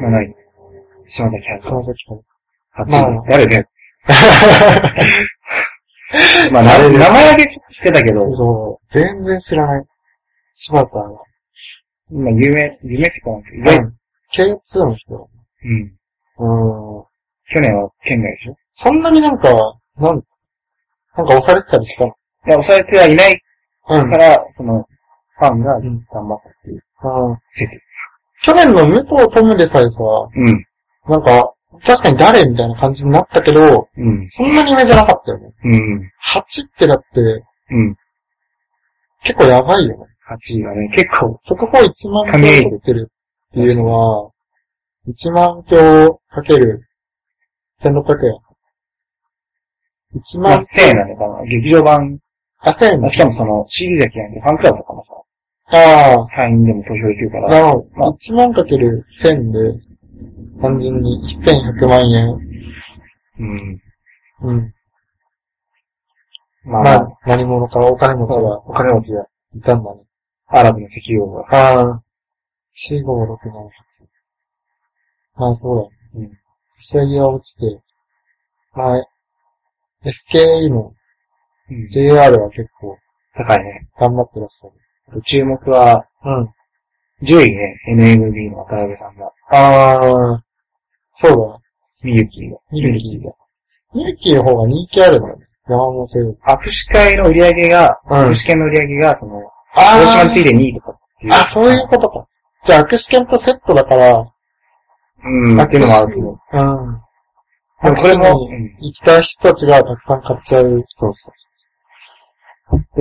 Speaker 1: まあ、ない。島崎八
Speaker 2: 川崎か
Speaker 1: 八
Speaker 2: まあ
Speaker 1: 誰 ね。
Speaker 2: ら。
Speaker 1: まあ、 な名前だけしてたけど、
Speaker 2: そう、全然知らない。柴田が。
Speaker 1: 今、有名、有名ってか、意
Speaker 2: う
Speaker 1: 外
Speaker 2: ん。K2 の人。
Speaker 1: うん。
Speaker 2: うん。
Speaker 1: 去年は県外でしょ
Speaker 2: そんなになんか、なん、なんか押されてたりしたの
Speaker 1: いや、押されてはいない
Speaker 2: うん
Speaker 1: から、その、ファンが
Speaker 2: ん
Speaker 1: 頑張ったっていう
Speaker 2: うん。
Speaker 1: 説。
Speaker 2: 去年の武藤智でさえさ、
Speaker 1: うん。
Speaker 2: なんか、確かに誰みたいな感じになったけど、
Speaker 1: うん。
Speaker 2: そんなに上じゃなかったよね。
Speaker 1: うん。
Speaker 2: 8ってだって、
Speaker 1: うん。
Speaker 2: 結構やばいよね。
Speaker 1: 8位はね、結構、
Speaker 2: 速報1万票取ってるっていうのは、1万票かける1600円。1
Speaker 1: ま
Speaker 2: 万
Speaker 1: あ、1000円なのかな。劇場版。
Speaker 2: あ、1000円
Speaker 1: まあしかもその、CD だけじゃなくて、ファンクラブとかも
Speaker 2: ああ
Speaker 1: さ、、会員でも投票できるから。
Speaker 2: なるほ
Speaker 1: まあ
Speaker 2: ど。1万かける1000で、単純に1100万円。
Speaker 1: うん。
Speaker 2: うん。
Speaker 1: ま
Speaker 2: ま
Speaker 1: あ
Speaker 2: あ、、何者かお金持ちが
Speaker 1: お金持ちが、
Speaker 2: いたんだね。
Speaker 1: アラブの石油王が。
Speaker 2: ああ。4、5、6、7、8。まあそうだ。
Speaker 1: うん。
Speaker 2: 下着は落ちて、まあ、SKE の
Speaker 1: うん。
Speaker 2: JR は結構
Speaker 1: 高いね。
Speaker 2: 頑張ってらっしゃる。
Speaker 1: 注目は、
Speaker 2: うん。
Speaker 1: 10位ね、NMB の渡辺さんが、
Speaker 2: ああ、そうだ。
Speaker 1: みゆきが、
Speaker 2: ミルキーが。ミルキーの方が人気あるんだね。山本より。
Speaker 1: 握手会の売り上げが、
Speaker 2: うん
Speaker 1: 握手券の売り上げが、その、
Speaker 2: あ
Speaker 1: 広島について2位とかっていう。
Speaker 2: あ、そういうことか。じゃあ、握手券とセットだから、
Speaker 1: うん、っていうのもあるけど。
Speaker 2: うん。
Speaker 1: でもこれも、
Speaker 2: 握手に行きたい人たちがたくさん買っちゃう。
Speaker 1: そうそう。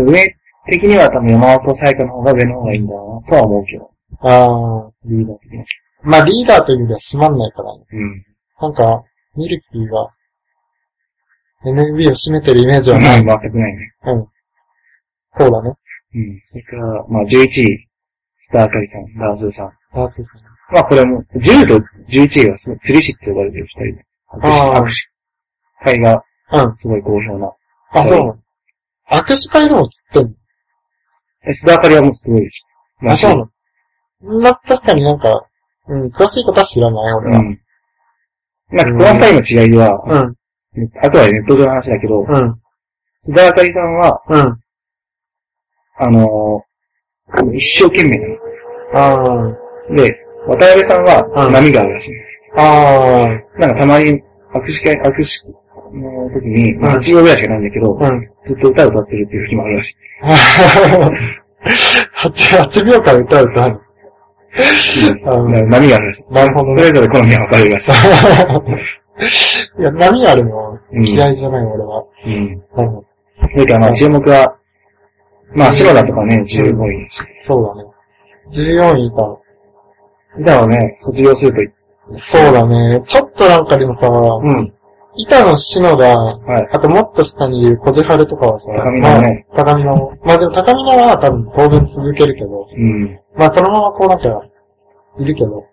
Speaker 1: 上的には多分山本彩花の方が上の方がいいんだろうな、とは思うけど。
Speaker 2: ああ。
Speaker 1: リーダー的には。
Speaker 2: まあ、リーダーという意味では閉まんないからね。
Speaker 1: うん。
Speaker 2: なんか、ミルキーが、NMB を占めてるイメージはな
Speaker 1: 全
Speaker 2: い。
Speaker 1: くないね。
Speaker 2: うん。そうだね。
Speaker 1: うん。それから、まあ11位、スタートリさん、ダースーさん。
Speaker 2: あそうそう
Speaker 1: まあこれも、10と11位は釣り師って呼ばれてる二人で。
Speaker 2: あー
Speaker 1: 握手会が
Speaker 2: うん。
Speaker 1: すごい好評な。
Speaker 2: あ、そうなの。握手会でも釣ってん
Speaker 1: え、須田あかりはもうすごいでしょ。
Speaker 2: のあ、そうなの。そんな、確かになんか、うん、詳しいことは知らない、俺
Speaker 1: う
Speaker 2: は。
Speaker 1: ん。なんか、この際の違いは、
Speaker 2: うん、
Speaker 1: あとはネット上の話だけど、
Speaker 2: うん、
Speaker 1: 須田あかりさんは、
Speaker 2: うん。
Speaker 1: あのー一生懸命な
Speaker 2: ああ。
Speaker 1: の。で、渡辺さんは
Speaker 2: うん
Speaker 1: 波があるらしい。
Speaker 2: ああ、
Speaker 1: なんかたまに握手会、握手の時に、まあ、8秒ぐらいしかないんだけど、
Speaker 2: うん。
Speaker 1: ずっと歌を歌ってるっていう時もあるらしい。
Speaker 2: 8, 8秒間歌うってある。うん
Speaker 1: な波があるらしい。
Speaker 2: なるほど
Speaker 1: そ
Speaker 2: ね。
Speaker 1: れぞれ好みが分かれるらしい。
Speaker 2: いや、波あるの
Speaker 1: うん
Speaker 2: 嫌いじゃない、俺は。
Speaker 1: うん。
Speaker 2: なるほど
Speaker 1: だからまあ注目は、まあ、白田とかね、15位だし。
Speaker 2: そうだね。14位いたの。
Speaker 1: だからね、卒業すると言って。
Speaker 2: そうだね。ちょっとなんかでもさ、
Speaker 1: うん。
Speaker 2: 板の篠田、
Speaker 1: はい。
Speaker 2: あともっと下にいる小じはるとかはさ、
Speaker 1: 高見のね
Speaker 2: まあ、高見の。まあでも高見のは多分当分続けるけど、
Speaker 1: うん。
Speaker 2: まあそのままこうなんか、いるけど、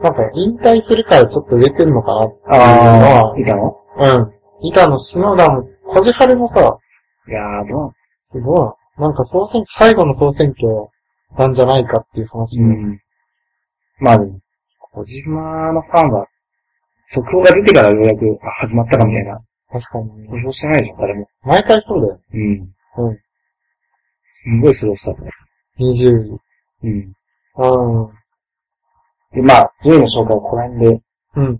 Speaker 2: なんか引退するからちょっと売れてんのかなっていうのは
Speaker 1: あー、いたの
Speaker 2: うん。板野、篠田も、小じはるもさ、
Speaker 1: いやー、ど
Speaker 2: すごい。なんか総選挙、最後の総選挙なんじゃないかっていう話
Speaker 1: うう
Speaker 2: も、
Speaker 1: ん。まあでも、小島のファンは、速報が出てからようやく、あ、始まったかみたいな。
Speaker 2: 確かに、
Speaker 1: 投票してないでしょ、誰も。
Speaker 2: 毎回そうだよ。
Speaker 1: うん。
Speaker 2: うん。
Speaker 1: すんごいスロースタートだ。
Speaker 2: 20位。
Speaker 1: うん。
Speaker 2: う
Speaker 1: で、まあ、10位の紹介はこの辺で、
Speaker 2: ん。うん。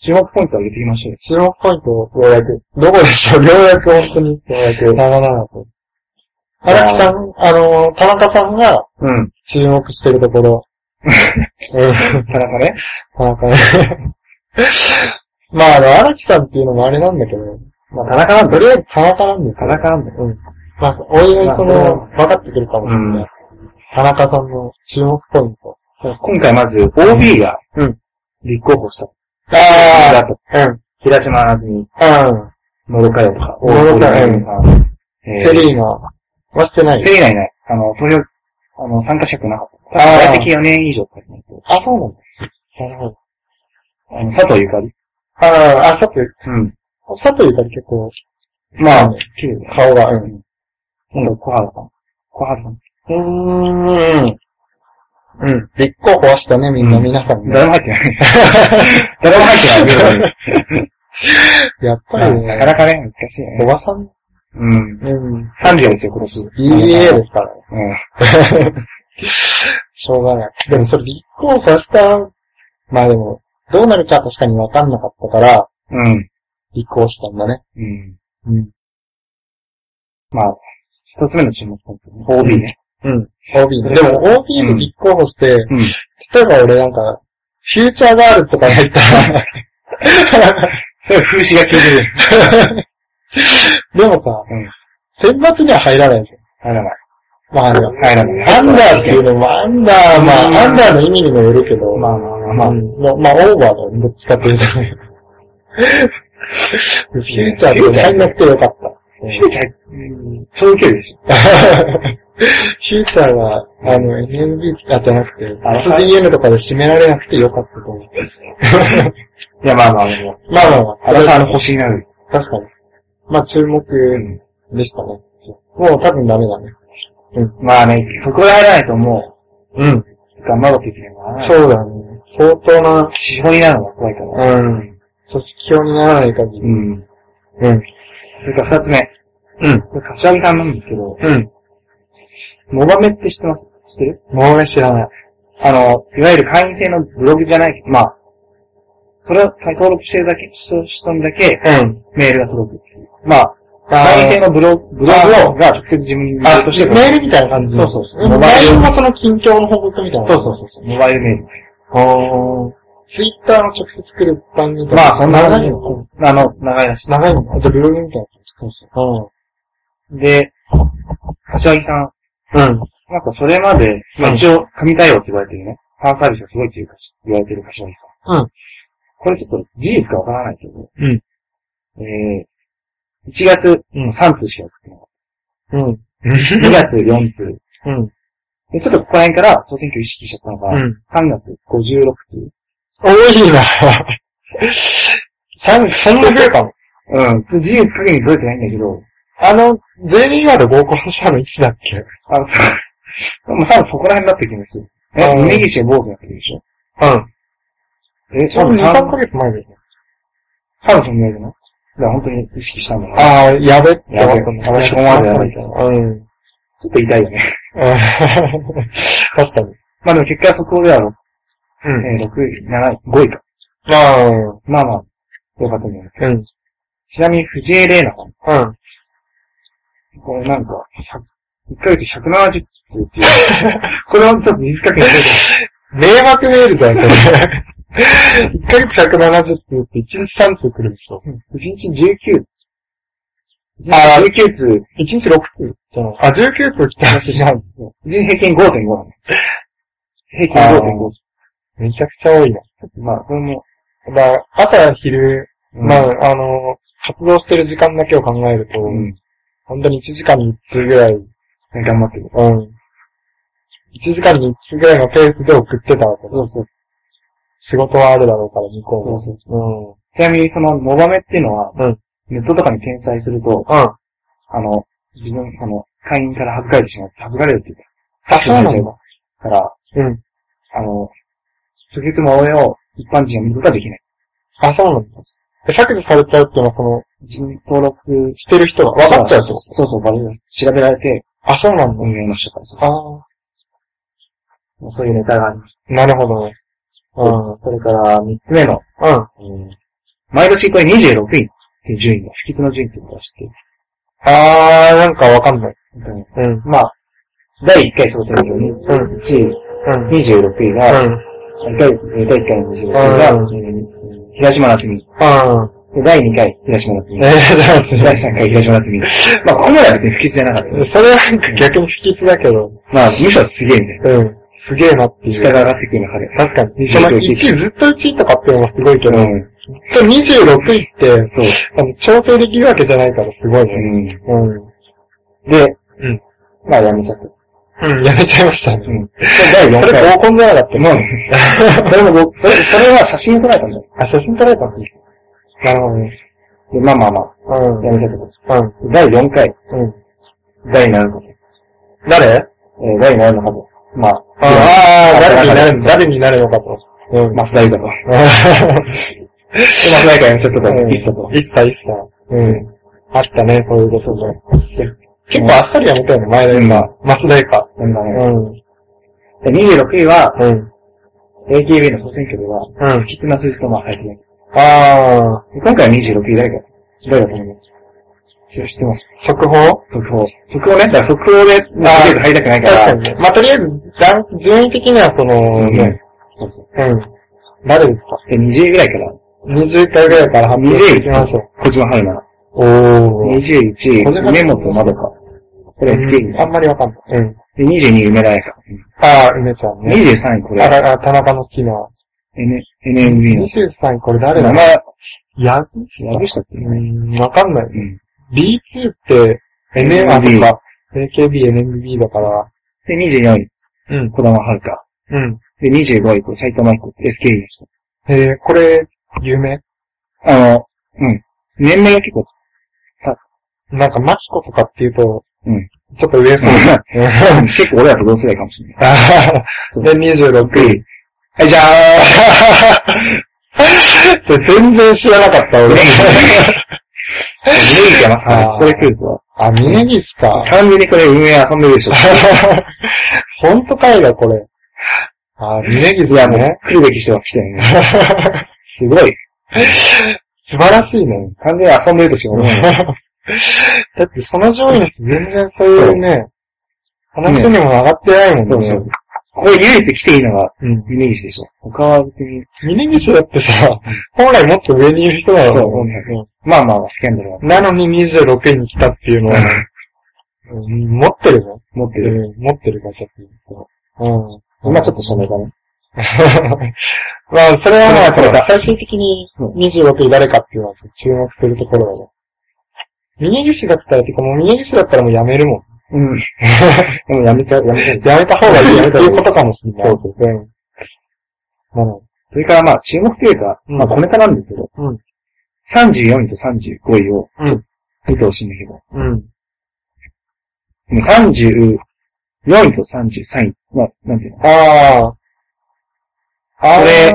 Speaker 1: 注目ポイントを上げていきましょうよ。
Speaker 2: 注目ポイントをようやく。どこでしょうようやく本当に。
Speaker 1: ようや
Speaker 2: 長々と。荒木さん、あの、田中さんが
Speaker 1: うん。
Speaker 2: 注目してると ころ。うん。
Speaker 1: 田中ね。
Speaker 2: 田中ね。まあ、あの、荒木さんっていうのもあれなんだけど、
Speaker 1: まあ、田中なんだ
Speaker 2: とりあえず田中なんですよ
Speaker 1: 田中なんだよ。
Speaker 2: うん。まあ、おいおいそ
Speaker 1: まあ
Speaker 2: の、分かってくるかもしれない。田中さんの注目ポイント。
Speaker 1: 今回まず、OB が、
Speaker 2: うん
Speaker 1: 立候補した。だ
Speaker 2: あ
Speaker 1: と。
Speaker 2: あ、うん。
Speaker 1: 平島なずみ、
Speaker 2: うん。
Speaker 1: のろかよとか、
Speaker 2: のろかよ
Speaker 1: 大森さん。えー
Speaker 2: セリーナはしてない
Speaker 1: セ。リーナいない。あの、投票、あの、参加者くなかった。
Speaker 2: あー
Speaker 1: 在籍4年以上とかじゃないと。
Speaker 2: あ、そうなんだ。なるほど。
Speaker 1: あの、佐藤ゆかり。
Speaker 2: ああ、あ、佐藤、
Speaker 1: うん。
Speaker 2: 佐藤ゆかり結構、
Speaker 1: ま
Speaker 2: う
Speaker 1: あ
Speaker 2: ん、
Speaker 1: 綺麗だ。
Speaker 2: 顔が、うん。
Speaker 1: 今度、小原さん。小原さん。
Speaker 2: うーん。うん。立候補はしたね、みんな、
Speaker 1: うん
Speaker 2: 皆さんね。
Speaker 1: 誰も入ってない。誰も入ってない。
Speaker 2: やっぱ
Speaker 1: まあ
Speaker 2: り
Speaker 1: なか
Speaker 2: ね、
Speaker 1: なかね、難しい
Speaker 2: お
Speaker 1: ね。
Speaker 2: ばさん、
Speaker 1: うん。
Speaker 2: うん。
Speaker 1: 30ですよ、今年。
Speaker 2: BA ですからね。
Speaker 1: うん。
Speaker 2: しょうがない。でもそれ立候補させた、まあでも、どうなるか確かにわかんなかったから、
Speaker 1: うん。
Speaker 2: 立候補したんだね。
Speaker 1: うん。
Speaker 2: うん。
Speaker 1: まあ、一つ目の注目ポイントね。OB ね。
Speaker 2: うん。OB
Speaker 1: そ
Speaker 2: ね
Speaker 1: れ
Speaker 2: で
Speaker 1: が
Speaker 2: も OB で立候補して、
Speaker 1: うん。
Speaker 2: 例えば俺なんか、フューチャーガールとかやったら、
Speaker 1: それ風刺が効いてる。
Speaker 2: でもさ、
Speaker 1: うん。
Speaker 2: 選抜には入らないですよ。
Speaker 1: 入らない。
Speaker 2: まあ、
Speaker 1: 入らない。
Speaker 2: アンダーっていうのも、アンダー、ま
Speaker 1: うん
Speaker 2: あ、アンダーの意味にもよるけど、
Speaker 1: まあまあまあまあ
Speaker 2: うんまあ、まあ、オーバーだよね、どっちかっていうと。 フューチャーって入んなくてよかった。
Speaker 1: フューチャー、うん長距離でしょ。
Speaker 2: フューチャーは、あの、NMB あじゃなくて、
Speaker 1: あ
Speaker 2: SDM とかで締められなくてよかったと 思う。
Speaker 1: いや、まあまあ、でも
Speaker 2: まあまあまあ、
Speaker 1: あれさ、あの、星になる。
Speaker 2: 確かに。まあ、注目
Speaker 1: うん。
Speaker 2: でしたね。もう多分ダメだね。
Speaker 1: まあね、そこが入らないとも
Speaker 2: うん。
Speaker 1: う、頑張ろうといけないからな。う。
Speaker 2: そうだね。相当な、
Speaker 1: 指標になるのが怖いから。
Speaker 2: うん。組織票にならない限り。
Speaker 1: ん。
Speaker 2: うん。
Speaker 1: それから二つ目。
Speaker 2: うん。
Speaker 1: これ、柏木さんなんですけど、
Speaker 2: うん。
Speaker 1: モバメって知ってます知ってる
Speaker 2: もうね、知らない。
Speaker 1: あの、いわゆる会員制のブログじゃない、まあ、それを登録してるだけ、人にだけ
Speaker 2: うん。
Speaker 1: メールが届くっていう。まあ、
Speaker 2: あー
Speaker 1: 会員制のブログ、ブログをが直接自分にメー
Speaker 2: あ、
Speaker 1: ルとして
Speaker 2: メールみたいな感じ
Speaker 1: そうそうそう
Speaker 2: モバイルもその近況の報告みたいな。
Speaker 1: そうそうそうそう、モバイルメール。
Speaker 2: そう。ツイッターの直接来る番組
Speaker 1: まあ、そんな
Speaker 2: 長
Speaker 1: 感
Speaker 2: い
Speaker 1: じ
Speaker 2: のそう
Speaker 1: あの、長いらしい。
Speaker 2: 長いのあじゃあブログみたいな。そうそ
Speaker 1: で、柏木さん、
Speaker 2: う。うん。
Speaker 1: なんかそれまで、まあ
Speaker 2: うん
Speaker 1: 一応、神対応って言われてるね。ファンサービスがすごいっていうか、言われてる柏木さん。
Speaker 2: うん。
Speaker 1: これちょっと事実かわからないけど。
Speaker 2: うん。
Speaker 1: えー、1月、
Speaker 2: うん
Speaker 1: 3通しか送ってなかっ
Speaker 2: うん。
Speaker 1: た。2月4通。
Speaker 2: うん。
Speaker 1: で、ちょっとここら辺から総選挙意識しちゃったのが、
Speaker 2: うん。
Speaker 1: 3月56通。
Speaker 2: 多いな。さんそんな増えたの
Speaker 1: うん。事実確認取れてないんだけど、
Speaker 2: あの、全員ワード合コンしたのいつだっけ
Speaker 1: あの、もう多分そこら辺だって気がする。え、
Speaker 2: うん
Speaker 1: 峯岸坊主になってるでしょ
Speaker 2: うん。
Speaker 1: え、
Speaker 2: ちょうど2、
Speaker 1: 3
Speaker 2: 3ヶ月前だよね。
Speaker 1: 多分そんぐらいじゃないだから本当に意識したんだな。
Speaker 2: ああ、やべって
Speaker 1: やべ
Speaker 2: 思った
Speaker 1: 私思わずやべって
Speaker 2: うん。
Speaker 1: ちょっと痛いよね。
Speaker 2: うん確かに。
Speaker 1: まあでも結果はそこでは、
Speaker 2: う
Speaker 1: え
Speaker 2: ん。
Speaker 1: ー、6位、7位、5位か。
Speaker 2: まあ、うん。
Speaker 1: まあまあ、よかったんじゃない
Speaker 2: うん。
Speaker 1: ちなみに藤江玲奈さ
Speaker 2: うん。
Speaker 1: ん。これなんか、100 1ヶ月170通ってい う。これはちょっと水かけに
Speaker 2: 迷惑メールじゃん、それ。1ヶ月170通って1日3通来るでしょ。
Speaker 1: 1日19。
Speaker 2: あー
Speaker 1: 19通。
Speaker 2: 1日6通じゃない。あ、19通来たらしいな。
Speaker 1: 1日平均5.5な の。平均
Speaker 2: あー
Speaker 1: 5.5。
Speaker 2: めちゃくちゃ多いな。
Speaker 1: まあ、これも、
Speaker 2: まあ、朝、昼、
Speaker 1: うん
Speaker 2: ま、あ、あの、活動してる時間だけを考えると、
Speaker 1: うん。
Speaker 2: 本当に1時間に1通ぐらい、うん。
Speaker 1: 頑張ってる。
Speaker 2: 1時間に1通ぐらいのペースで送ってたわけ。
Speaker 1: そうそう。
Speaker 2: 仕事はあるだろうから、向こうも。
Speaker 1: そう
Speaker 2: うん。
Speaker 1: ちなみにその、モバメっていうのは、
Speaker 2: うん
Speaker 1: ネットとかに転載すると、
Speaker 2: うん。
Speaker 1: あの、自分、その、会員から省かれてしまう。省かれるっていうか、
Speaker 2: あ、そうなんだ。
Speaker 1: から、
Speaker 2: うん。
Speaker 1: あの、直接の応援を一般人が見ることはできない。
Speaker 2: あ、そうなんだ。え削除されちゃうっていうのは、その、
Speaker 1: 自分登録
Speaker 2: してる人が分かっちゃうってこと
Speaker 1: そうそう、バレる。調べられて、
Speaker 2: あ、そうなんだ。
Speaker 1: 運営の人からさ
Speaker 2: あ
Speaker 1: もうそういうネタがありまし
Speaker 2: あ、なるほどね。
Speaker 1: た。それから、三つ目の、
Speaker 2: うん。うん。
Speaker 1: 毎年これ26位っていう順位が、不吉の順位っていうのを出して、
Speaker 2: あー、なんかわかんない。
Speaker 1: 本当に
Speaker 2: うん。
Speaker 1: まあ、第1回総選挙に、
Speaker 2: ん
Speaker 1: 1
Speaker 2: うん。
Speaker 1: 位、26位が、
Speaker 2: うん。
Speaker 1: 第1回の26位が、
Speaker 2: うん
Speaker 1: うん平島夏美。
Speaker 2: うん。
Speaker 1: で第2回、平島夏
Speaker 2: え
Speaker 1: 美
Speaker 2: ー、。だって
Speaker 1: 第3回、平島夏美。 まあ、ここまでは別に不吉じゃなかったよ。
Speaker 2: それはなんか逆に不吉だけど、
Speaker 1: まあ、むしろすげえみたいな。
Speaker 2: うん。すげえなっていう。
Speaker 3: 下が上がってくるの、晴れ。
Speaker 2: 確かに。
Speaker 3: 26
Speaker 2: その1位、ずっと1位とかっていうのもすごいけど、ずっと26位って、
Speaker 3: そう。
Speaker 2: あの調整できるわけじゃないからすごいね。
Speaker 3: うん。
Speaker 2: うん。
Speaker 1: で、
Speaker 2: うん
Speaker 1: まあやめちゃった。
Speaker 2: うん、やめちゃいましたね。
Speaker 3: うん
Speaker 1: 第4
Speaker 2: それ
Speaker 1: 回。
Speaker 2: 合コンじゃなかった
Speaker 3: まあ、
Speaker 1: それも僕、それ、それは写真撮られたんだよ。
Speaker 2: あ、写真撮られたんですなるほどね。
Speaker 1: でまあまあまあ、
Speaker 2: うん。
Speaker 1: やめちゃった。
Speaker 2: うん。
Speaker 1: 第4回、
Speaker 2: うん。
Speaker 1: 第7の家
Speaker 2: 誰
Speaker 1: 族。えー第7の家族。まあ、
Speaker 2: ああ、
Speaker 1: ま
Speaker 2: 誰にな
Speaker 1: あ
Speaker 2: る、誰になるのかと。うん。
Speaker 1: マスダイカと。
Speaker 2: あー、
Speaker 1: で、マスダイカやめちゃった
Speaker 2: う
Speaker 1: と、
Speaker 2: ん
Speaker 1: ピスタと。
Speaker 2: いっさいっさ。うん。あったね、そういうことで。結構あっさりやめたよね、前田ゆか。増田ゆか。
Speaker 1: なんだ
Speaker 2: う
Speaker 1: ね。
Speaker 2: ん。
Speaker 1: で、26位は、
Speaker 2: うん。うん。
Speaker 1: AKB の総選挙では、不吉な数字とまあ入ってない。
Speaker 2: ああ、
Speaker 1: で今回は26位誰か、誰だと思いますそれ知ってます。
Speaker 2: 速報
Speaker 1: 速報。速報ね。だから速報で、とり
Speaker 2: あー
Speaker 1: あえず入りたくないか
Speaker 2: 確からに。ね。まあ、とりあえず、ラン順位的にはその、ね、
Speaker 1: そうそうそ
Speaker 2: うん。誰ですか
Speaker 1: うで、20位ぐらいから、
Speaker 2: ?20 回ぐらいから発表していきましょ
Speaker 1: 小島春菜。
Speaker 2: う。おー。
Speaker 1: 21位、
Speaker 2: これが
Speaker 1: 梅本まどか。これ SK
Speaker 2: うんあんまりわかんない。うん。
Speaker 1: で、22位梅田彩香。
Speaker 2: ああ、梅ちゃんね。
Speaker 1: 23位これ
Speaker 2: あ、ら、あ、田中の好きな。
Speaker 1: N、NMB の。
Speaker 2: 23位これ誰
Speaker 1: 名
Speaker 2: だ
Speaker 1: 前、
Speaker 2: や、
Speaker 1: 藪下っけ
Speaker 2: うん、わかんない。
Speaker 1: うん
Speaker 2: B2 って、NM、あ、そっか。AKB、NMB だから。
Speaker 1: で、24位、
Speaker 2: うん。
Speaker 1: 児玉遥香。
Speaker 2: うん。
Speaker 1: で、25位、これ埼玉彦、SKE の人。
Speaker 2: えー、これ、有名
Speaker 1: あの、うん。年齢が結構、
Speaker 2: なんか、マキコとかっていうと、
Speaker 1: うん。
Speaker 2: ちょっと
Speaker 1: う
Speaker 2: 上そう。
Speaker 1: ん結構俺らと同世代かもしれない。
Speaker 2: あ
Speaker 1: そ
Speaker 2: ー
Speaker 1: う
Speaker 2: で、26位。
Speaker 1: はい、じ ゃ
Speaker 2: それ全然知らなかった、
Speaker 1: ーんミ
Speaker 2: 俺。
Speaker 1: ネギかな
Speaker 2: あー
Speaker 1: これ来るぞ。
Speaker 2: あ、峯岸か。
Speaker 1: 完全にこれ運営遊んでるでしょ。
Speaker 2: ほんとかいだ、これ。あ、峯岸だ ね。
Speaker 1: 来るべき人が来てるね。
Speaker 2: すごい。素晴らしいね。
Speaker 1: 完全に遊んでるで しょ。俺
Speaker 2: だってその上位の人全然そういうね、話にも上がってないも
Speaker 1: そ
Speaker 2: ん
Speaker 1: う
Speaker 2: ね。
Speaker 1: そう。これ唯一来ていいのが、
Speaker 2: うん。
Speaker 1: ミネギでしょ。他は別に、
Speaker 2: 峯岸だってさ、本来もっと上にいる人だ
Speaker 1: そう
Speaker 2: よ、ね。
Speaker 1: まあまあまあ、スキャンダルは
Speaker 2: なのに26位に来たっていうのは、うん持ってるね。
Speaker 1: 持ってる。
Speaker 2: うん持ってるガチャピンと。うん。
Speaker 1: まあちょっとそのだね。
Speaker 2: まあ、それはまあ、
Speaker 1: そ
Speaker 2: そうう
Speaker 1: だ
Speaker 2: だ。最終的に26位誰かっていうのは注目するところだね。峯岸だったら、てかもう峯岸だったらもうやめるもん。
Speaker 1: うん。 でもやめちゃう、やめちゃう。
Speaker 2: やめた方がいいっていうことかもしれない。。
Speaker 1: そうそう
Speaker 2: うん。なるほ
Speaker 1: それからまあ、注目というか、
Speaker 2: うん
Speaker 1: まあ、小ネタなんですけど、
Speaker 2: うん
Speaker 1: 34位と35位を
Speaker 2: うん
Speaker 1: 見てほしいんだけど、
Speaker 2: ど。うん。
Speaker 1: もう34位と33位、まあ、なんていうの、
Speaker 2: ああ。あ
Speaker 1: これ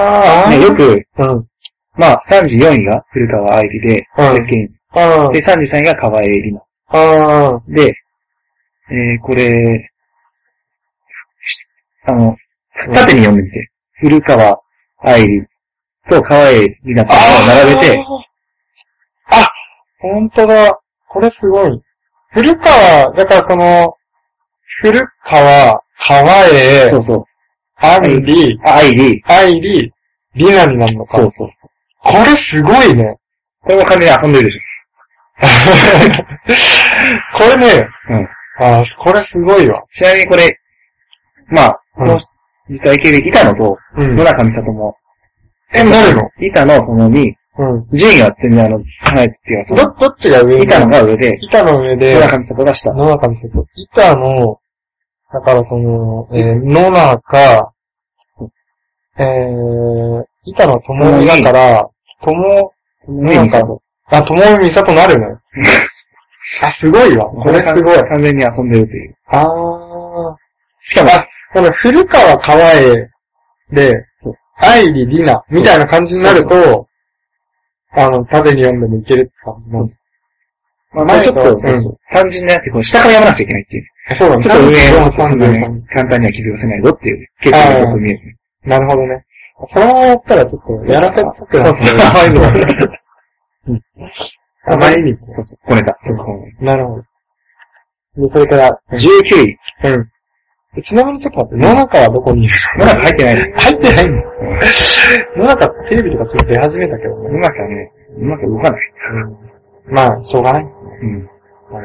Speaker 2: あ
Speaker 1: ね、よ
Speaker 2: よく。
Speaker 1: く、
Speaker 2: うん。
Speaker 1: まあ、34位が古川愛理で、
Speaker 2: うん
Speaker 1: SK
Speaker 2: あ
Speaker 1: で、33位が川江里奈。
Speaker 2: あ。ああ。
Speaker 1: で、えー、これ、あの、縦に読んでみて。古川愛理と川江里奈とを並べて、
Speaker 2: あー。あ、ほんとだ。これすごい。古川、だからその、古川、川江、
Speaker 1: そうそう。
Speaker 2: アンリ、
Speaker 1: あ、アイリー。
Speaker 2: アイリ、リナになるのか。
Speaker 1: そうそう。
Speaker 2: これすごいね。
Speaker 1: これも完全に遊んでるでし
Speaker 2: これね、
Speaker 1: ょ。うん。
Speaker 2: あーこれすごいわ。
Speaker 1: ちなみにこれ、まあ、この、実は AKB、板野と
Speaker 2: うん
Speaker 1: 野。中美里も、
Speaker 2: え、なるの
Speaker 1: 板野そのに、
Speaker 2: うん。
Speaker 1: 順位は全然あの、離れてるそ
Speaker 2: ど
Speaker 1: の、、
Speaker 2: どっちが上に
Speaker 1: 板野が上で、
Speaker 2: 板の上で
Speaker 1: 野、中美里が下。
Speaker 2: 野中見せと。板の、だからその、えー、野中、えー、板の友美だから、友、
Speaker 1: 上に美里。
Speaker 2: あ、友美美里な るね。あ、すごいわ。これすごい。
Speaker 1: 完全に遊んでるという。
Speaker 2: あー。こ
Speaker 1: しかも、
Speaker 2: の古川川江で
Speaker 1: そう、
Speaker 2: 愛理里奈みたいな感じになると、あの、縦に読んでもいけるって感じなんで
Speaker 1: まあ、まあちょっと、
Speaker 2: 前と
Speaker 1: そうそう単純なやつ、こう下からやらなくちゃいけないっていう。
Speaker 2: す。そうだね。
Speaker 1: ちょっと上を、
Speaker 2: 34
Speaker 1: そんな
Speaker 2: 33
Speaker 1: に簡単には気づかせないぞっていう、結果がちょっと見える。
Speaker 2: なるほどね。そのままやったらちょっと、やらせっぽくなっ
Speaker 1: そうそう
Speaker 2: ちゃ
Speaker 1: あ
Speaker 2: あ
Speaker 1: ま
Speaker 2: ま
Speaker 1: り
Speaker 2: り
Speaker 1: に
Speaker 2: に。
Speaker 1: そうそう、こねた。そう
Speaker 2: なるほど。
Speaker 1: で、それから、19位。
Speaker 2: うん。ちなみにちょっと待って、野中はどこにいる
Speaker 1: 野中入ってない。
Speaker 2: の入ってないの野中テレビとかちょっと出始めたけど
Speaker 1: う
Speaker 2: ね。
Speaker 1: まくはね、うまく動かない。
Speaker 2: まあ、しょうがないですね。
Speaker 1: うん。
Speaker 2: は